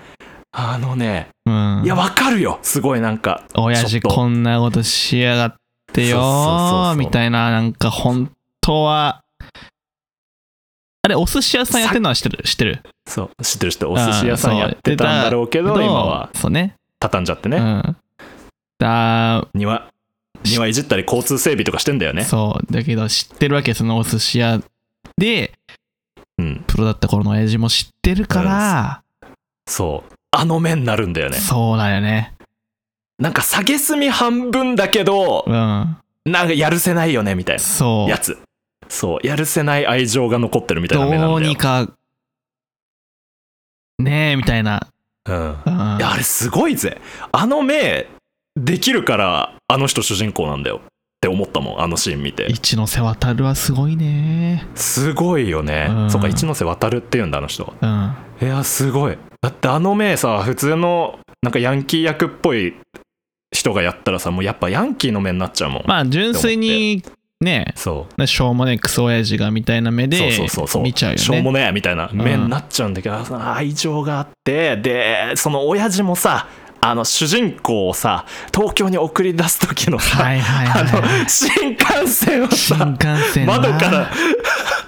Speaker 1: あのね
Speaker 2: うん
Speaker 1: いやわかるよすごいなんか
Speaker 2: 親父
Speaker 1: ちょっと
Speaker 2: こんなことしやがってよ
Speaker 1: そうそうそうそ
Speaker 2: ー
Speaker 1: う
Speaker 2: みたいななんか本当はあれお寿司屋さんやってるのは知ってる知ってる
Speaker 1: そう知ってる人お寿司屋さんやってたんだろうけど
Speaker 2: けど
Speaker 1: 今は
Speaker 2: そうね
Speaker 1: 畳んじゃって
Speaker 2: う
Speaker 1: ね、
Speaker 2: んだ
Speaker 1: 庭庭いじったり交通整備とかしてんだよね
Speaker 2: そうだけど知ってるわけそのお寿司屋で
Speaker 1: うん
Speaker 2: プロだった頃の親父も知ってるから、
Speaker 1: そうあの目になるんだよね
Speaker 2: そうだよね
Speaker 1: なんか蔑み半分だけど
Speaker 2: うん
Speaker 1: なんかやるせないよねみたい
Speaker 2: そ
Speaker 1: な
Speaker 2: う
Speaker 1: やつそうやるせない愛情が残ってるみたいな目なんだよ
Speaker 2: どうにかねえみたいな、
Speaker 1: うん
Speaker 2: うん、
Speaker 1: いやあれすごいぜあの目できるからあの人主人公なんだよって思ったもんあのシーン見て
Speaker 2: 一ノ瀬渡るはすごいね
Speaker 1: すごいよね
Speaker 2: うん
Speaker 1: そうか一ノ瀬渡るって言うんだあの人
Speaker 2: うん
Speaker 1: いやすごいだってあの目さ普通のなんかヤンキー役っぽい人がやったらさもうやっぱヤンキーの目になっちゃうもん、
Speaker 2: まあ純粋にね
Speaker 1: そう
Speaker 2: しょうもねえクソ親父がみたいな目
Speaker 1: そう
Speaker 2: で
Speaker 1: そうそうそう
Speaker 2: 見ちゃうよね
Speaker 1: しょうもねえみたいな目になっちゃうんだけど、その愛情があってでその親父もさあの主人公をさ東京に送り出す時のさ、
Speaker 2: はいはい
Speaker 1: あ
Speaker 2: はい、は
Speaker 1: の新幹線を
Speaker 2: い、新
Speaker 1: さ
Speaker 2: 幹線な
Speaker 1: 窓から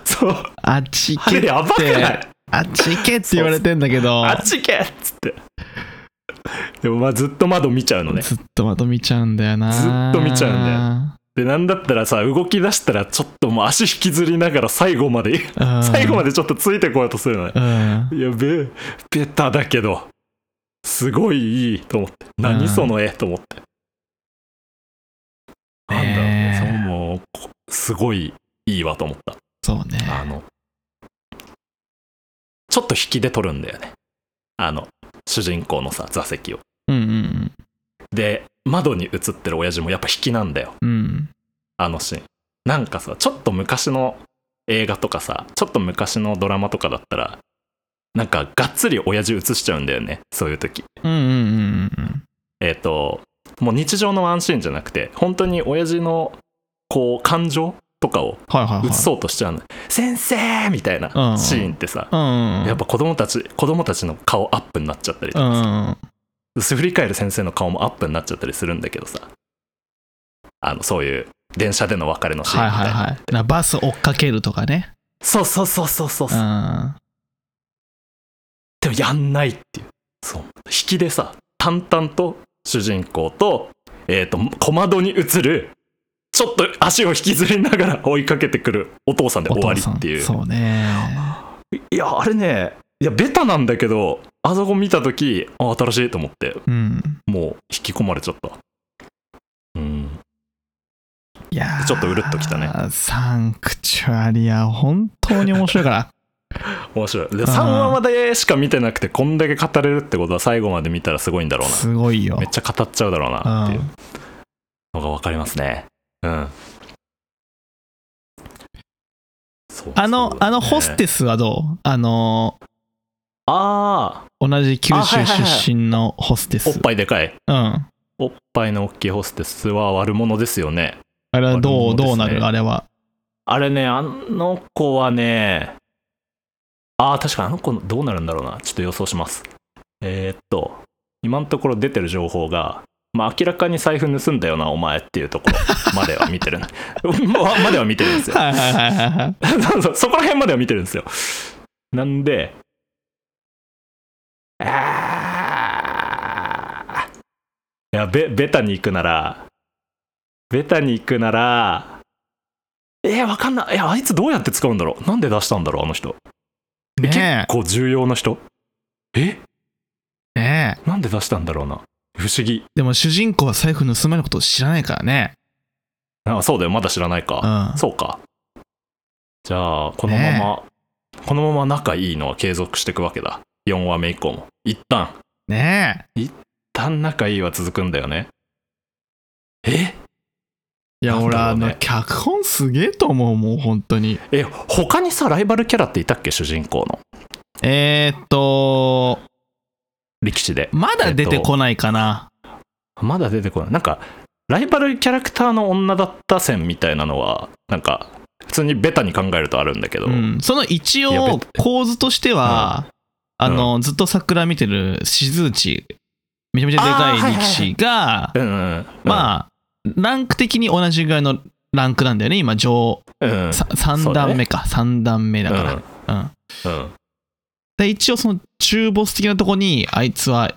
Speaker 1: そう
Speaker 2: あっち行
Speaker 1: あ
Speaker 2: け
Speaker 1: れ
Speaker 2: って
Speaker 1: やばくない
Speaker 2: あっち行けって言われてんだけど
Speaker 1: あっち行けっつってでもまあずっと窓見ちゃうのね
Speaker 2: ずっとまと見ちゃうんだよな
Speaker 1: ずっと見ちゃうんだでなんだったらさ動き出したらちょっともう足引きずりながら最後まで
Speaker 2: だよな、うん、
Speaker 1: 最後までちょっとついてこようとするのね
Speaker 2: うん
Speaker 1: いやべベタだけどすごいいいと思って
Speaker 2: うん
Speaker 1: 何その絵と思ってなんだろうね
Speaker 2: ね
Speaker 1: そ
Speaker 2: え
Speaker 1: うもうこすごいいいわと思った
Speaker 2: そうね
Speaker 1: あの、ちょっと引きで撮るんだよね。あの、主人公のさ、座席を。
Speaker 2: うんうん
Speaker 1: で、窓に映ってる親父もやっぱ引きなんだよ、
Speaker 2: うんうん
Speaker 1: あのシーン。なんかさ、ちょっと昔の映画とかさ、ちょっと昔のドラマとかだったら、なんかがっつり親父映しちゃうんだよね、そういう時。
Speaker 2: うんうんうんうん
Speaker 1: えっ、と、もう日常のワンシーンじゃなくて、本当に親父の、こう、感情とかを
Speaker 2: はいはいはい。
Speaker 1: 映そうとしちゃうの。先生みたいな
Speaker 2: うん
Speaker 1: シーンってさ、
Speaker 2: うんうん。
Speaker 1: やっぱ子供たち子供たちの顔アップになっちゃったりと
Speaker 2: う
Speaker 1: か
Speaker 2: んう
Speaker 1: さ
Speaker 2: んうん。
Speaker 1: 振り返る先生の顔もアップになっちゃったりするんだけどさあのそういう電車での別れのシーン
Speaker 2: はい
Speaker 1: みたい
Speaker 2: は
Speaker 1: な、
Speaker 2: いはい。なバス追っかけるとかね。
Speaker 1: そうそうそうそうそう、
Speaker 2: うん。は
Speaker 1: でもやんないっていうそう引きでさ淡々と主人公と,、えー、と小窓に映るちょっと足を引きずりながら 追いかけてくるお父さんで終わりっていう
Speaker 2: そうね。
Speaker 1: いやあれねいやベタなんだけどあそこ見た時あ新しいと思って
Speaker 2: うん。
Speaker 1: もう引き込まれちゃった。うん。
Speaker 2: いやー
Speaker 1: ちょっとうるっときたね。
Speaker 2: サンクチュアリア、本当に面白 いから。
Speaker 1: 面白い。で、
Speaker 2: ん
Speaker 1: 3話までしか見てなくて、こんだけ語れるってことは最後まで見たらすごいんだろう
Speaker 2: すごいよ
Speaker 1: な。めっ。ちゃ語っちゃうだろうなっていううんのがわかりますね。うん。そう
Speaker 2: あの、あのホス
Speaker 1: ス。
Speaker 2: テスはどうあの、
Speaker 1: ああ、
Speaker 2: 同じ九州出身のホステ
Speaker 1: おっ
Speaker 2: ス。
Speaker 1: ぱいでかい。
Speaker 2: うん。
Speaker 1: おっぱいの大きいホステスは悪者ですよね。
Speaker 2: あれはどう、
Speaker 1: 悪者ですね
Speaker 2: どうなるあれは。
Speaker 1: あれね、あの子はね、ああ、確かにあの子どうなるんだろうな。ちょっと予想します。えーっと、今のところ出てる情報が、まあ、明らかに財布盗んだよな、お前っていうところまでは見てる、ね、 ままでは見てるんですよ。
Speaker 2: はいはいはいはいはい。
Speaker 1: そう そうそこら辺までは見てるんですよ。なんで、あーいやベ、ベタに行くなら、ベタに行くなら、えー、わかんない。いや、あいつどうやって使うんだろうなんで出したんだろうあの人。
Speaker 2: ね
Speaker 1: こう、重要な人。え
Speaker 2: え。ねえ。
Speaker 1: なんで出したんだろうな不思議。
Speaker 2: でも主人公は財布盗まれることを知らないからね。
Speaker 1: あ、そうだよ。まだ知らないか。
Speaker 2: うん。
Speaker 1: そうか。じゃあ、このまま、このまま仲いいのは継続していくわけだ。4話目以降も。一旦、
Speaker 2: ね
Speaker 1: 一旦仲いいは続くんだよね。え
Speaker 2: え。いや、
Speaker 1: なん
Speaker 2: 俺、
Speaker 1: だろ
Speaker 2: あ
Speaker 1: うね
Speaker 2: の、脚本すげえと思う、もう本当に。
Speaker 1: え、他にさ、ライバルキャラっていたっけ主人公の。
Speaker 2: えー、っと、
Speaker 1: 力士で。
Speaker 2: まだ出てこないかな。
Speaker 1: まだ出てこない。なんか、ライバルキャラクターの女だった線みたいなのは、なんか、普通にベタに考えるとあるんだけど。
Speaker 2: うん、その一
Speaker 1: いや
Speaker 2: 応
Speaker 1: 別
Speaker 2: 構図としては、
Speaker 1: うん
Speaker 2: あの、ずっと桜見てる静内めちゃめちゃでかい力士が、
Speaker 1: うんうん。
Speaker 2: まあランク的に同じぐらいのランクなんだよね今上
Speaker 1: あ、うん。
Speaker 2: 3段目か、三3段目だから、うん
Speaker 1: うん。うん。
Speaker 2: で一応その中ボス的なとこにあいつは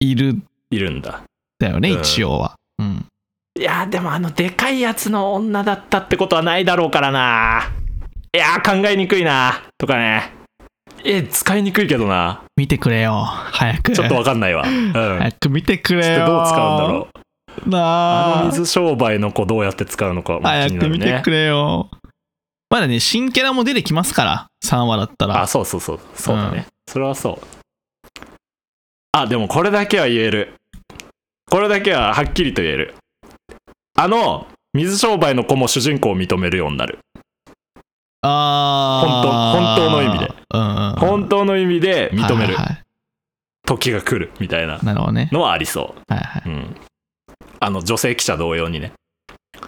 Speaker 2: いるん
Speaker 1: いるんだ。
Speaker 2: だよね、
Speaker 1: うん
Speaker 2: 一応は、うん、
Speaker 1: いやでもあのでかいやつの女だったってことはないだろうからないやー考えにくいなとかねえ使いにくいけどな
Speaker 2: 見てくれよ早く
Speaker 1: ちょっとわかん ないわうん
Speaker 2: 早く見てく
Speaker 1: ちょ
Speaker 2: れ
Speaker 1: っ
Speaker 2: よ
Speaker 1: とどう使うんだろう
Speaker 2: うな
Speaker 1: あ
Speaker 2: あ
Speaker 1: の水商売の子どうやって使うのかも
Speaker 2: 早
Speaker 1: 気にな
Speaker 2: く
Speaker 1: る
Speaker 2: 見て
Speaker 1: ね
Speaker 2: くれよ。まだね、新キャラも出てきますから、3話だった
Speaker 1: あ
Speaker 2: ら。
Speaker 1: そうそうそうそうだね、それはそうあでもこれだけは言えるこれだけははっきりと言えるあの水商売の子も主人公を認めるようになる
Speaker 2: あー
Speaker 1: 本当本当の意味で。
Speaker 2: うんうんうん、
Speaker 1: 本当の意味で認める
Speaker 2: はいはいは
Speaker 1: 時が来るみたいない
Speaker 2: なるほどね。
Speaker 1: のはありそ、
Speaker 2: はいはいう
Speaker 1: うん、あの女性記者同様にね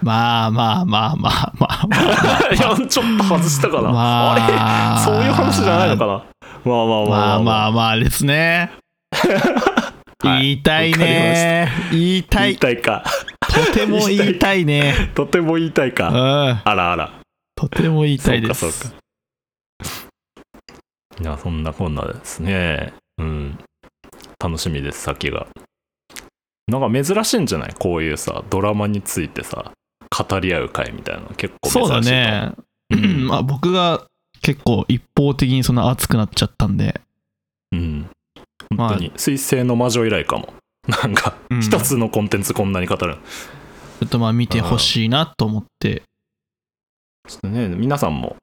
Speaker 2: まあまあまあまあまあまあ。
Speaker 1: いやちょっと外したかな、 あ、れ
Speaker 2: あ
Speaker 1: そういう話じゃないのか
Speaker 2: な。
Speaker 1: なまあまあま
Speaker 2: ま
Speaker 1: あ
Speaker 2: あまあまあです ね。言いたいね。言いた
Speaker 1: 言
Speaker 2: い。
Speaker 1: いたいか
Speaker 2: とても言いたいね。
Speaker 1: とても言いたいうか
Speaker 2: ん。
Speaker 1: あらあら
Speaker 2: とても言いたいです。
Speaker 1: そうかそうかいやそんなこんなですねうん楽しみです先がなんか珍しいんじゃないこういうさドラマについてさ語り合う会みたいなの結構珍しい
Speaker 2: そうだね。
Speaker 1: と 思う、
Speaker 2: まあ僕が結構一方的にそんな熱くなっちゃったんで、
Speaker 1: うん。本当に、水星の魔女以来かも。 なんか、
Speaker 2: うん
Speaker 1: 一つのコンテンツこんなに語る。
Speaker 2: ちょっとまあ見てほしいなと思って、
Speaker 1: ちょっとね、皆さんも、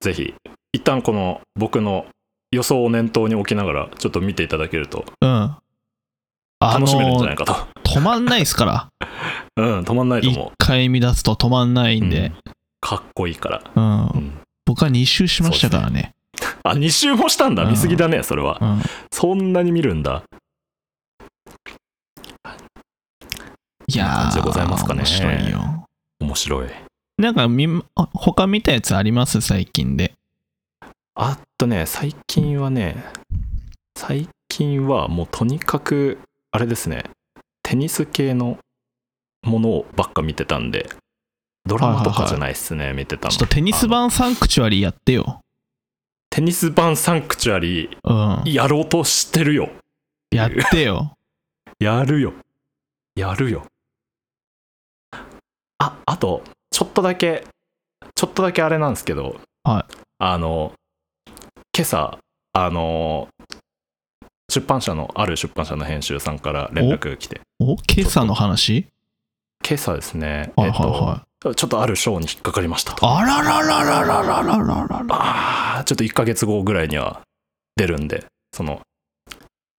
Speaker 1: ぜひ、一旦この僕の予想を念頭に置きながら、ちょっと見ていただけると、
Speaker 2: うん。あの
Speaker 1: 楽しめるんじゃないかと。
Speaker 2: 止まんないで すから、
Speaker 1: うん、止まんないと
Speaker 2: 一
Speaker 1: 思う。
Speaker 2: 回見出すと止まんないん
Speaker 1: う
Speaker 2: で
Speaker 1: ん、かっこいいから。
Speaker 2: うん。
Speaker 1: うん
Speaker 2: 僕は2周しましたからね。
Speaker 1: あ、2周もしたんだ。見すぎだね、それは
Speaker 2: う。ん。
Speaker 1: そんなに見るんだ。
Speaker 2: いやー、
Speaker 1: こんな感じでございますかね
Speaker 2: 面白いよ。
Speaker 1: 面白い。
Speaker 2: なんかみん、あ他見たやつあります最近で。
Speaker 1: あっとね、最近はね、最近はもうとにかく、あれですね、テニス系のものばっか見てたんで、ドラマとかじゃないっすね、見てた
Speaker 2: ちょ
Speaker 1: の。
Speaker 2: っとテニス
Speaker 1: あの
Speaker 2: 版サンクチュアリーやってよ。
Speaker 1: テニス版サンクチュアリ
Speaker 2: うん。
Speaker 1: ー、やろうとしてるよ。
Speaker 2: やってよ。
Speaker 1: やるよ。やるよ。あ、あと、ちょっとだけ、ちょっとだけあれなんですけど、
Speaker 2: は
Speaker 1: あの、今朝、あの、出版社の、ある出版社の編集さんから連絡来て、
Speaker 2: お今朝の話
Speaker 1: 今朝ですね、
Speaker 2: はい
Speaker 1: えっ
Speaker 2: はいはい。
Speaker 1: と、ちょっとある賞に引っかかりましたと。
Speaker 2: あらららららららららら。
Speaker 1: あーちょっと1ヶ月後ぐらいには出るんで、その、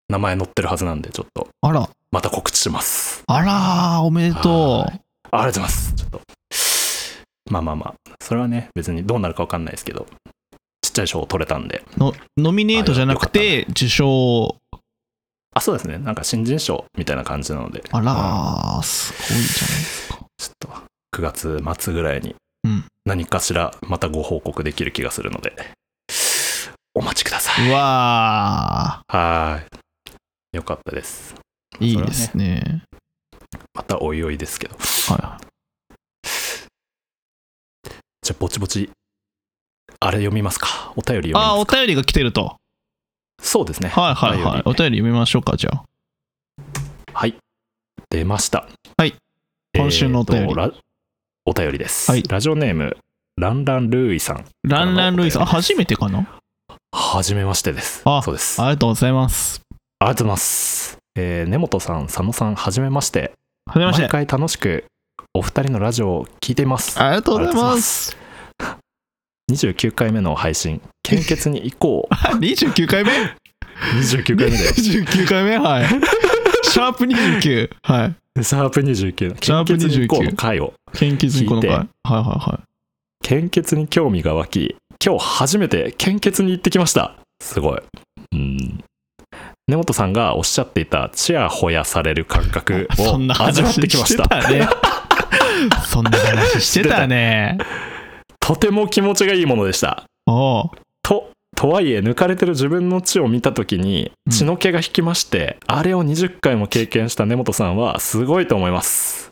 Speaker 1: 名前載ってるはずなんで、ちょっと、
Speaker 2: あら、
Speaker 1: また告知します。
Speaker 2: あらー、おめで
Speaker 1: は
Speaker 2: とう。
Speaker 1: ありがとうございます。ちょっと。まあまあまあ、それはね、別にどうなるかわかんないですけど、ちっちゃい賞を取れたんで、
Speaker 2: のノミネートじゃなくて受賞
Speaker 1: あそうですねなんか新人賞みたいな感じなので
Speaker 2: あ
Speaker 1: うん
Speaker 2: らー、すごいじゃないですか。
Speaker 1: ちょっと9月末ぐらいに
Speaker 2: うん
Speaker 1: 何かしらまたご報告できる気がするので、お待ちくださ
Speaker 2: う
Speaker 1: い
Speaker 2: わ
Speaker 1: はーいよかったです
Speaker 2: ー、いいですね。
Speaker 1: またおいおいですけど
Speaker 2: は
Speaker 1: じゃあぼちぼちあれ読みますかお便り読
Speaker 2: い、
Speaker 1: み
Speaker 2: あ
Speaker 1: ま
Speaker 2: ー、お
Speaker 1: すか
Speaker 2: 便りが来てると。
Speaker 1: そうですね
Speaker 2: はいはいはい。
Speaker 1: お
Speaker 2: お
Speaker 1: 便り
Speaker 2: 便り読みましょうか、じゃあ。
Speaker 1: はい出ました
Speaker 2: はい今週のお便り
Speaker 1: えーとラお便りです、
Speaker 2: はい
Speaker 1: ラジオネームランランルーイさん
Speaker 2: ランランルイさん、あ、初めてかな
Speaker 1: はじめましてです
Speaker 2: あ
Speaker 1: そうです
Speaker 2: ありがとうございます。
Speaker 1: ありがとうございます。えー根本さん、佐野さん、はじめまして。
Speaker 2: はじめまして。
Speaker 1: 毎回楽しくお二人のラジオを聞いています。
Speaker 2: ありがとうござい
Speaker 1: ありがとうござい
Speaker 2: ま。
Speaker 1: ます29回目の配信、献血に行 こう。
Speaker 2: 29回目
Speaker 1: 29回目だよ。
Speaker 2: ?29 回目はい。 シャープ29。はい。
Speaker 1: シャープ29。
Speaker 2: シャープ
Speaker 1: 献血に行こう
Speaker 2: 29
Speaker 1: の回を。
Speaker 2: 献血にこの回。
Speaker 1: 聞
Speaker 2: は
Speaker 1: い
Speaker 2: いはいは
Speaker 1: 献血に興味が湧き、今日初めて献血に行ってきました。すごい。うん。根本さんがおっしゃっていたチヤホヤされる感覚
Speaker 2: い。 そん
Speaker 1: を
Speaker 2: な
Speaker 1: 味
Speaker 2: 話
Speaker 1: わってきま
Speaker 2: し
Speaker 1: してた。
Speaker 2: たね。 そんな話してたね。
Speaker 1: とても気持ちがいいものでした。
Speaker 2: おう。
Speaker 1: ととはいえ抜かれてる自分の血を見た時に
Speaker 2: うん
Speaker 1: 血の気が引きまして、あれを20回も経験した根本さんはすごいと思います、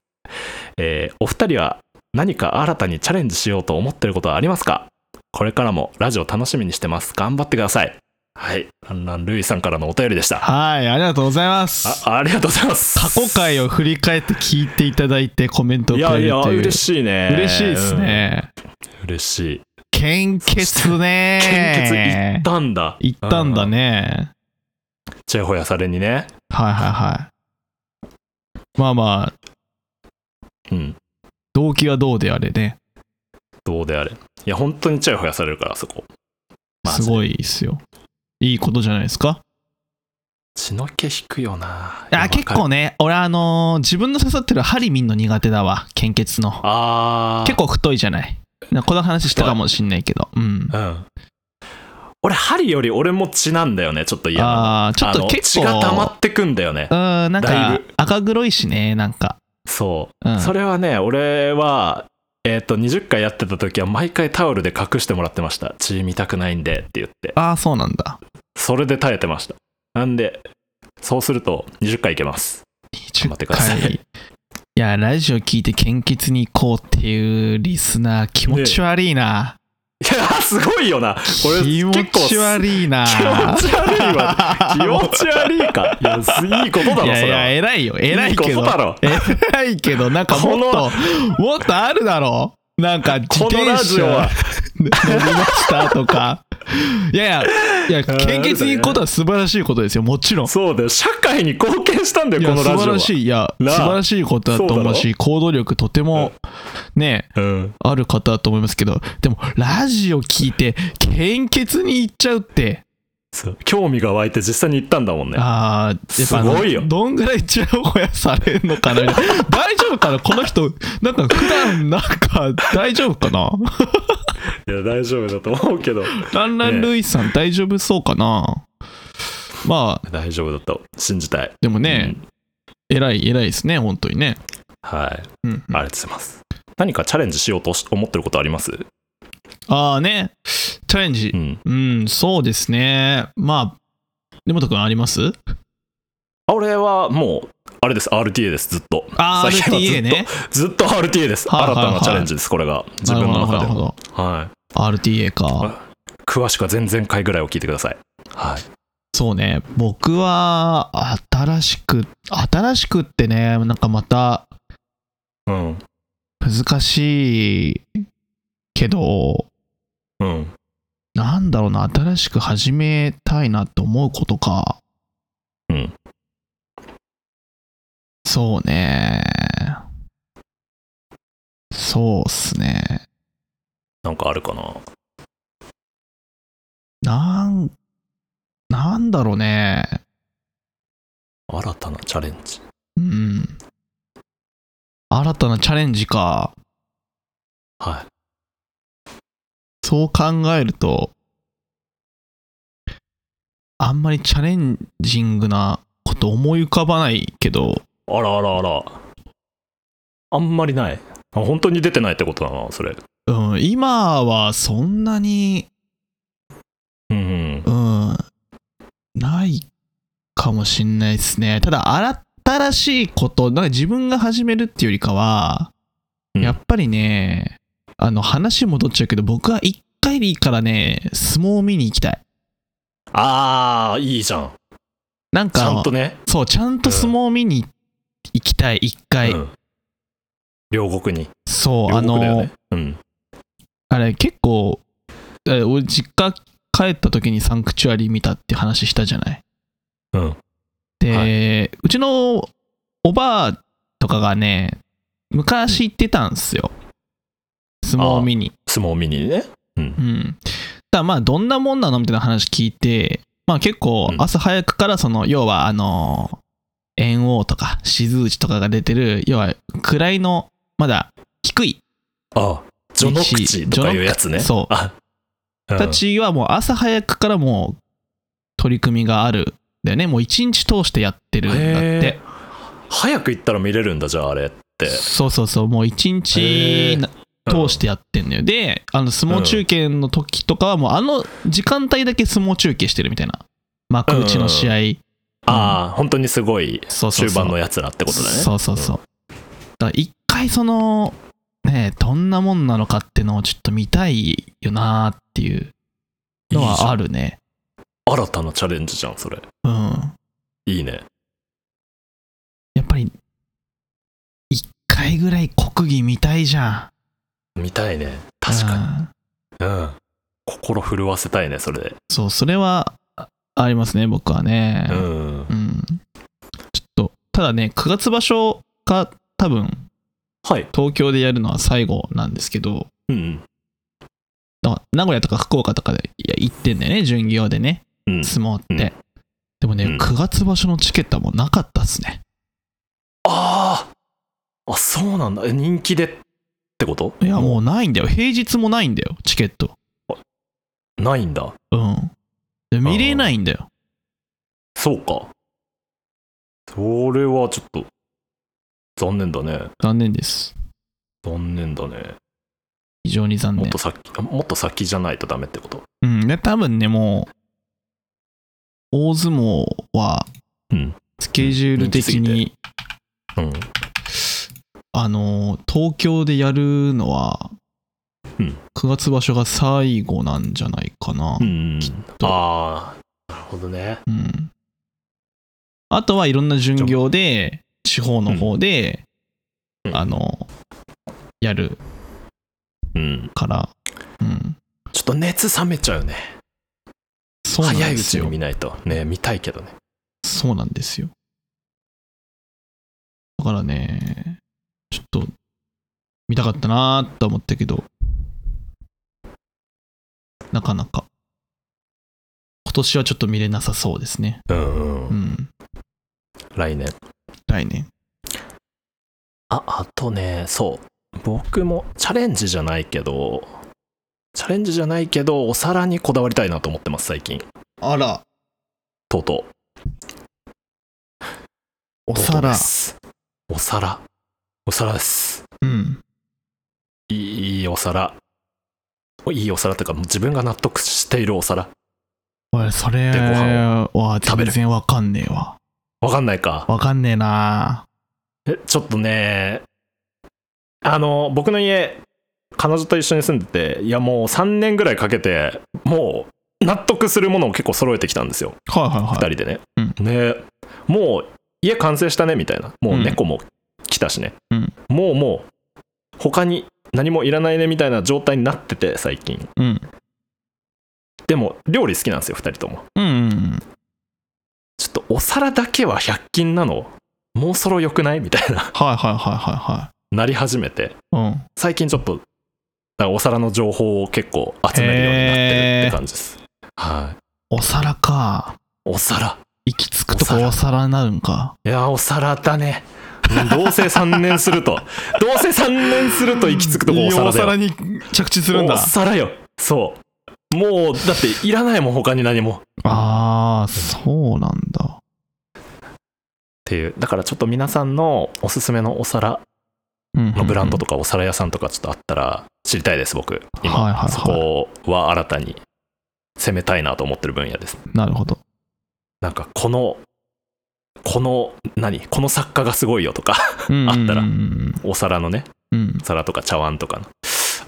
Speaker 1: えーお二人は何か新たにチャレンジしようと思ってることはありますかこれからもラジオ楽しみにしてます頑張ってくださいはいランランルイさんからのお便りでした
Speaker 2: はい、ありがとうございます。
Speaker 1: あありがとうございます
Speaker 2: 過去回を振り返って聞いていただいてコメントを
Speaker 1: い
Speaker 2: く
Speaker 1: や
Speaker 2: れ
Speaker 1: い
Speaker 2: る
Speaker 1: や
Speaker 2: という。
Speaker 1: 嬉しいね
Speaker 2: 嬉しいです、ね。
Speaker 1: うん嬉しい
Speaker 2: 献血ね。
Speaker 1: 献血行ったんだ
Speaker 2: 行ったんだね。
Speaker 1: チェホヤされにね
Speaker 2: はいはいはい。まあまあ、
Speaker 1: うん
Speaker 2: 動機はどうであれね。
Speaker 1: どうであれいや本当にチェホヤされるからあそこマジ
Speaker 2: す
Speaker 1: で
Speaker 2: ごいですよ。いいことじゃないですか。
Speaker 1: 血の気引くよな。
Speaker 2: あ結構
Speaker 1: ね。
Speaker 2: ね、俺あのー自分の刺さってる針見んの苦手だわ、献血の。
Speaker 1: ああ。
Speaker 2: 結。構太いじゃない。なこの話したかもしんないけど。うん。
Speaker 1: うん。俺、針より俺も血なんだよね、ちょっと嫌なの。
Speaker 2: ああ、ちょっ
Speaker 1: あ
Speaker 2: と
Speaker 1: の
Speaker 2: 結
Speaker 1: 血が溜ま
Speaker 2: 構、
Speaker 1: ってくんだよね
Speaker 2: う。ん、なん
Speaker 1: だい
Speaker 2: か
Speaker 1: ぶ
Speaker 2: 赤黒いしね、なんか。
Speaker 1: そうう。
Speaker 2: ん、
Speaker 1: それはね、俺は、えっ、と、20回やってた時は毎回タオルで隠してもらってました。血見たくないんでって言って。
Speaker 2: ああ、そうなんだ。
Speaker 1: それで耐えてました。なんで、そうすると20回いけます。
Speaker 2: 20
Speaker 1: 張ってください
Speaker 2: 回いや、ラジオ聞いて献血に行こうっていうリスナー、気持ち悪いな。
Speaker 1: いやー、すごいよな。これ
Speaker 2: 気持ち悪いな。
Speaker 1: 気持ち悪いわ。 気持ち悪いか。いや、いいことだろ、そ
Speaker 2: い
Speaker 1: れ
Speaker 2: やい
Speaker 1: は
Speaker 2: や、。偉いよ。偉いけ
Speaker 1: こ
Speaker 2: ど
Speaker 1: と。だろ。
Speaker 2: 偉いけど、なんかもっ、
Speaker 1: こと
Speaker 2: もっとあるだろう。なんか自
Speaker 1: この
Speaker 2: 転
Speaker 1: ラジ
Speaker 2: 車
Speaker 1: オは
Speaker 2: 乗りましたとか。いやいや、いや、献血に行くことは素晴らしいことですよ。もちろん。
Speaker 1: そうだよ社会に貢献したんだ
Speaker 2: い
Speaker 1: よこの
Speaker 2: や、素
Speaker 1: ラジオは
Speaker 2: 晴らしい。いや、素
Speaker 1: なあ
Speaker 2: 晴らしいことだと思うし、行動力とても、ね、
Speaker 1: うん、
Speaker 2: ある方だと思いますけどでもラジオ聞いて献血に行っちゃうって
Speaker 1: そう興味が湧いて実際に行ったんだもんね
Speaker 2: あーやっぱあの
Speaker 1: すごいよ
Speaker 2: どんぐらいちやほやされるのかなみ たいな大丈夫かなこの人なんか普段なんか大丈夫かない
Speaker 1: や大丈夫だと思うけど
Speaker 2: ランランルイさん大丈夫そうかなまあ
Speaker 1: 大丈夫だと信じたい
Speaker 2: でもね、
Speaker 1: うん
Speaker 2: 偉い偉いですね本当にね、
Speaker 1: はい、
Speaker 2: うんうん
Speaker 1: ありがとうございます何かチャレンジしようとし思ってることあります
Speaker 2: ああねチャレンジ
Speaker 1: うん
Speaker 2: うんそうですねまあ根本君あります
Speaker 1: 俺はもうあれです RTA ですずっと
Speaker 2: あー
Speaker 1: 最近はずっとずっ
Speaker 2: RTA ね
Speaker 1: と RTA です、
Speaker 2: はいはいはい
Speaker 1: 新たなチャレンジですこれが自分の
Speaker 2: な
Speaker 1: 中
Speaker 2: るほ
Speaker 1: で
Speaker 2: どなるほ
Speaker 1: は
Speaker 2: ど RTA か
Speaker 1: い詳しくは前々回ぐらいを聞いてくださいはい
Speaker 2: そうね、僕は新しく、新しくってね、なんかまた
Speaker 1: うん
Speaker 2: 難しいけど、
Speaker 1: うん
Speaker 2: なんだろうな、新しく始めたいなって思うことか。
Speaker 1: うん
Speaker 2: そうね。そうっすね。
Speaker 1: なんかあるかな
Speaker 2: なん、なんだろうね。
Speaker 1: 新たなチャレンジ
Speaker 2: うん。新たなチャレンジか。
Speaker 1: はい
Speaker 2: そう考えると、あんまりチャレンジングなこっと思い浮かばないけど、
Speaker 1: あらあらあら。あんまりない。あ本当に出てないってことだな、それ。
Speaker 2: うん、今はそんなに、
Speaker 1: うんうん。
Speaker 2: うん、ないかもしんないですね。ただ、新しいこと、なんか自分が始めるっていうよりかは、
Speaker 1: うん
Speaker 2: やっぱりね、あの、話戻っちゃうけど、僕は一回でいいからね、相撲を見に行きたい。
Speaker 1: ああ、いいじゃん。
Speaker 2: なん
Speaker 1: ち
Speaker 2: か、
Speaker 1: ゃんとね。
Speaker 2: そう、ちゃんと相撲を見に行きたい、一回。
Speaker 1: うん両国に。
Speaker 2: そう、
Speaker 1: 両
Speaker 2: あ
Speaker 1: 国だよ
Speaker 2: の、
Speaker 1: ね。うん。
Speaker 2: あれ結構、え俺実家帰った時にサンクチュアリ見たって話したじゃない。
Speaker 1: うん。
Speaker 2: で、
Speaker 1: は
Speaker 2: うちのおばあとかがね、昔行ってたんすよ。相撲を見に。
Speaker 1: 相撲見にね。
Speaker 2: うん。ただまあ、どんなもんなのみたいな話聞いて、まあ結構
Speaker 1: うん
Speaker 2: 朝早くからその、要はあのー、猿王とか静内とかが出てる、要は位の、まだ低い
Speaker 1: ああ、序の口とかいうやつね。
Speaker 2: 序の口そう
Speaker 1: あ。うん
Speaker 2: たちはもう朝早くからもう取り組みがあるんだよねもう一日通してやってるんだっ
Speaker 1: へ
Speaker 2: て
Speaker 1: ー早く行ったら見れるんだじゃああれって
Speaker 2: そうそうそうもう一
Speaker 1: へー
Speaker 2: 日な通してやってんのよであの相撲中継の時とかはもうあの時間帯だけ相撲中継してるみたいな幕内の試合、
Speaker 1: ああ本当にすごい
Speaker 2: そうそう
Speaker 1: 終
Speaker 2: そう
Speaker 1: 盤のやつらってことだね
Speaker 2: そうそうそうだから一回そのねどんなもんなのかってのをちょっと見たいよなーっていうの
Speaker 1: いいじゃん
Speaker 2: はあるね
Speaker 1: 新たなチャレンジじゃんそれ
Speaker 2: うん
Speaker 1: いいね
Speaker 2: やっぱり、一回ぐらい国技見たいじゃん。
Speaker 1: 見たいね確かに
Speaker 2: に。
Speaker 1: うん心震わせたいねそれで
Speaker 2: そう、それはあありますね、僕はね
Speaker 1: う。ん
Speaker 2: うん。ちょっと、ただね、9月場所が多分、
Speaker 1: はい
Speaker 2: 東京でやるのは最後なんですけど、
Speaker 1: うん
Speaker 2: だから名古屋とか福岡とかでいや行ってんだよね、巡業でね、
Speaker 1: うん
Speaker 2: 相撲って。
Speaker 1: うん
Speaker 2: でもね、
Speaker 1: うん
Speaker 2: 9月場所のチケットはもうなかったっすね。
Speaker 1: あああそうなんだえ人気でってこと
Speaker 2: いや、もうないんだよ。平日もないんだよ、チケット。
Speaker 1: うないんだ
Speaker 2: うん。で見れないんだよ。
Speaker 1: そうかそれはちょっと残念だね
Speaker 2: 残念です。
Speaker 1: 残念だね
Speaker 2: 非常に残
Speaker 1: も
Speaker 2: 念
Speaker 1: っと。先もっと先じゃないとダメってこと
Speaker 2: うん、ね、多分ね、もう、大相撲は
Speaker 1: うん、
Speaker 2: スケジュール的
Speaker 1: うん
Speaker 2: に、
Speaker 1: うん
Speaker 2: あの、東京でやるのは、
Speaker 1: うん
Speaker 2: 9月場所が最後なんじゃないかな。
Speaker 1: うん
Speaker 2: と
Speaker 1: ああなるほどね
Speaker 2: うんあとはいろんな巡業で、地方の方で、
Speaker 1: うん
Speaker 2: あの、やる
Speaker 1: うん
Speaker 2: から、うん。
Speaker 1: ちょっと熱冷めちゃうね
Speaker 2: そうなん
Speaker 1: 早い
Speaker 2: で
Speaker 1: う
Speaker 2: す
Speaker 1: ちに
Speaker 2: よ
Speaker 1: 見。ないとね見たいけどね
Speaker 2: そうなんですよ。だからね、ちょっと見たかったなーと思ったけど、なかなか、今年はちょっと見れなさそうですね。
Speaker 1: うんうん、
Speaker 2: うん、
Speaker 1: 来年
Speaker 2: 来年。
Speaker 1: ああとねそう僕もチャレンジじゃないけどチャレンジじゃないけどお皿にこだわりたいなと思ってます最近
Speaker 2: あら、
Speaker 1: とうとうとうと
Speaker 2: お
Speaker 1: う
Speaker 2: 皿
Speaker 1: で。すお皿お皿です
Speaker 2: うん。
Speaker 1: いいいいお皿いいお皿というかもう自分が納得しているお皿
Speaker 2: 俺、それ
Speaker 1: でご飯
Speaker 2: は
Speaker 1: 食べ
Speaker 2: 全
Speaker 1: る
Speaker 2: 然わかんねえわ。
Speaker 1: わかんないか
Speaker 2: わかんねえな
Speaker 1: えちょっとねあの僕の家彼女と一緒に住んでていやもう3年ぐらいかけてもう納得するものを結構揃えてきたんですよ
Speaker 2: はいはいはい。
Speaker 1: 2人でね、
Speaker 2: う
Speaker 1: ねもう家完成したねみたいなもううん猫も来たしね、
Speaker 2: うん
Speaker 1: もうもう他に何もいらないねみたいな状態になってて最近
Speaker 2: うん。
Speaker 1: でも料理好きなんですよ2人とも
Speaker 2: うんうんうん。
Speaker 1: ちょっとお皿だけは100均なのもうそろよくないみたいな
Speaker 2: はいはいはいは
Speaker 1: なり始めて
Speaker 2: いはい。うん。
Speaker 1: 最近ちょっとだからお皿の情報を結構集めるようになってるって感じですはい
Speaker 2: お皿か。
Speaker 1: お皿
Speaker 2: 行き着くとこ
Speaker 1: お皿
Speaker 2: お皿になるんか。
Speaker 1: いやお皿だ ねうんどうせ3年するとどうせ3年すると行き着くとこお皿だよ
Speaker 2: に着地す
Speaker 1: お皿よそうもうだっていらないもん他に何も
Speaker 2: ああ、そうなんだ。
Speaker 1: っていうだからちょっと皆さんのおすすめのお皿のブランドとかお皿屋さんとかちょっとあったら知りたいです僕今、
Speaker 2: はいはいはい
Speaker 1: そこは新たに攻めたいなと思ってる分野です
Speaker 2: なるほど。
Speaker 1: なんかこのこの何この作家がすごいよとか
Speaker 2: うん
Speaker 1: あったら
Speaker 2: うん
Speaker 1: お皿のね
Speaker 2: うん。
Speaker 1: 皿とか茶碗とかの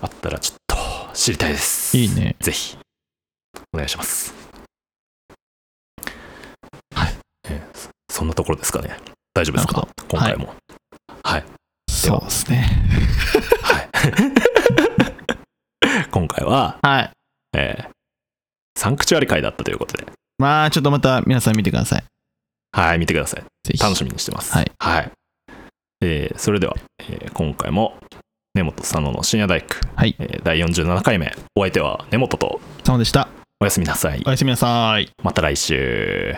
Speaker 1: あったらちょっと知りたいです
Speaker 2: いいね
Speaker 1: ぜひお願いします
Speaker 2: はい、
Speaker 1: えーそそんなところですかね大丈夫で
Speaker 2: な
Speaker 1: す
Speaker 2: るほ
Speaker 1: か
Speaker 2: ど。
Speaker 1: 今回もはい
Speaker 2: そうですね。
Speaker 1: 今回は、
Speaker 2: はい。
Speaker 1: えーサンクチュアリ会だったということで、
Speaker 2: まあ、ちょっとまた皆さん見てください。
Speaker 1: はい、見てください。
Speaker 2: ぜひ。
Speaker 1: 楽しみにしてます。
Speaker 2: はい。
Speaker 1: えーそれでは、えー今回も、根本佐野の深夜大工、
Speaker 2: はい
Speaker 1: えー第47回目、お相手は根本と、
Speaker 2: み。でした。
Speaker 1: おやすみなさい
Speaker 2: お。やすみなさい。
Speaker 1: また来週。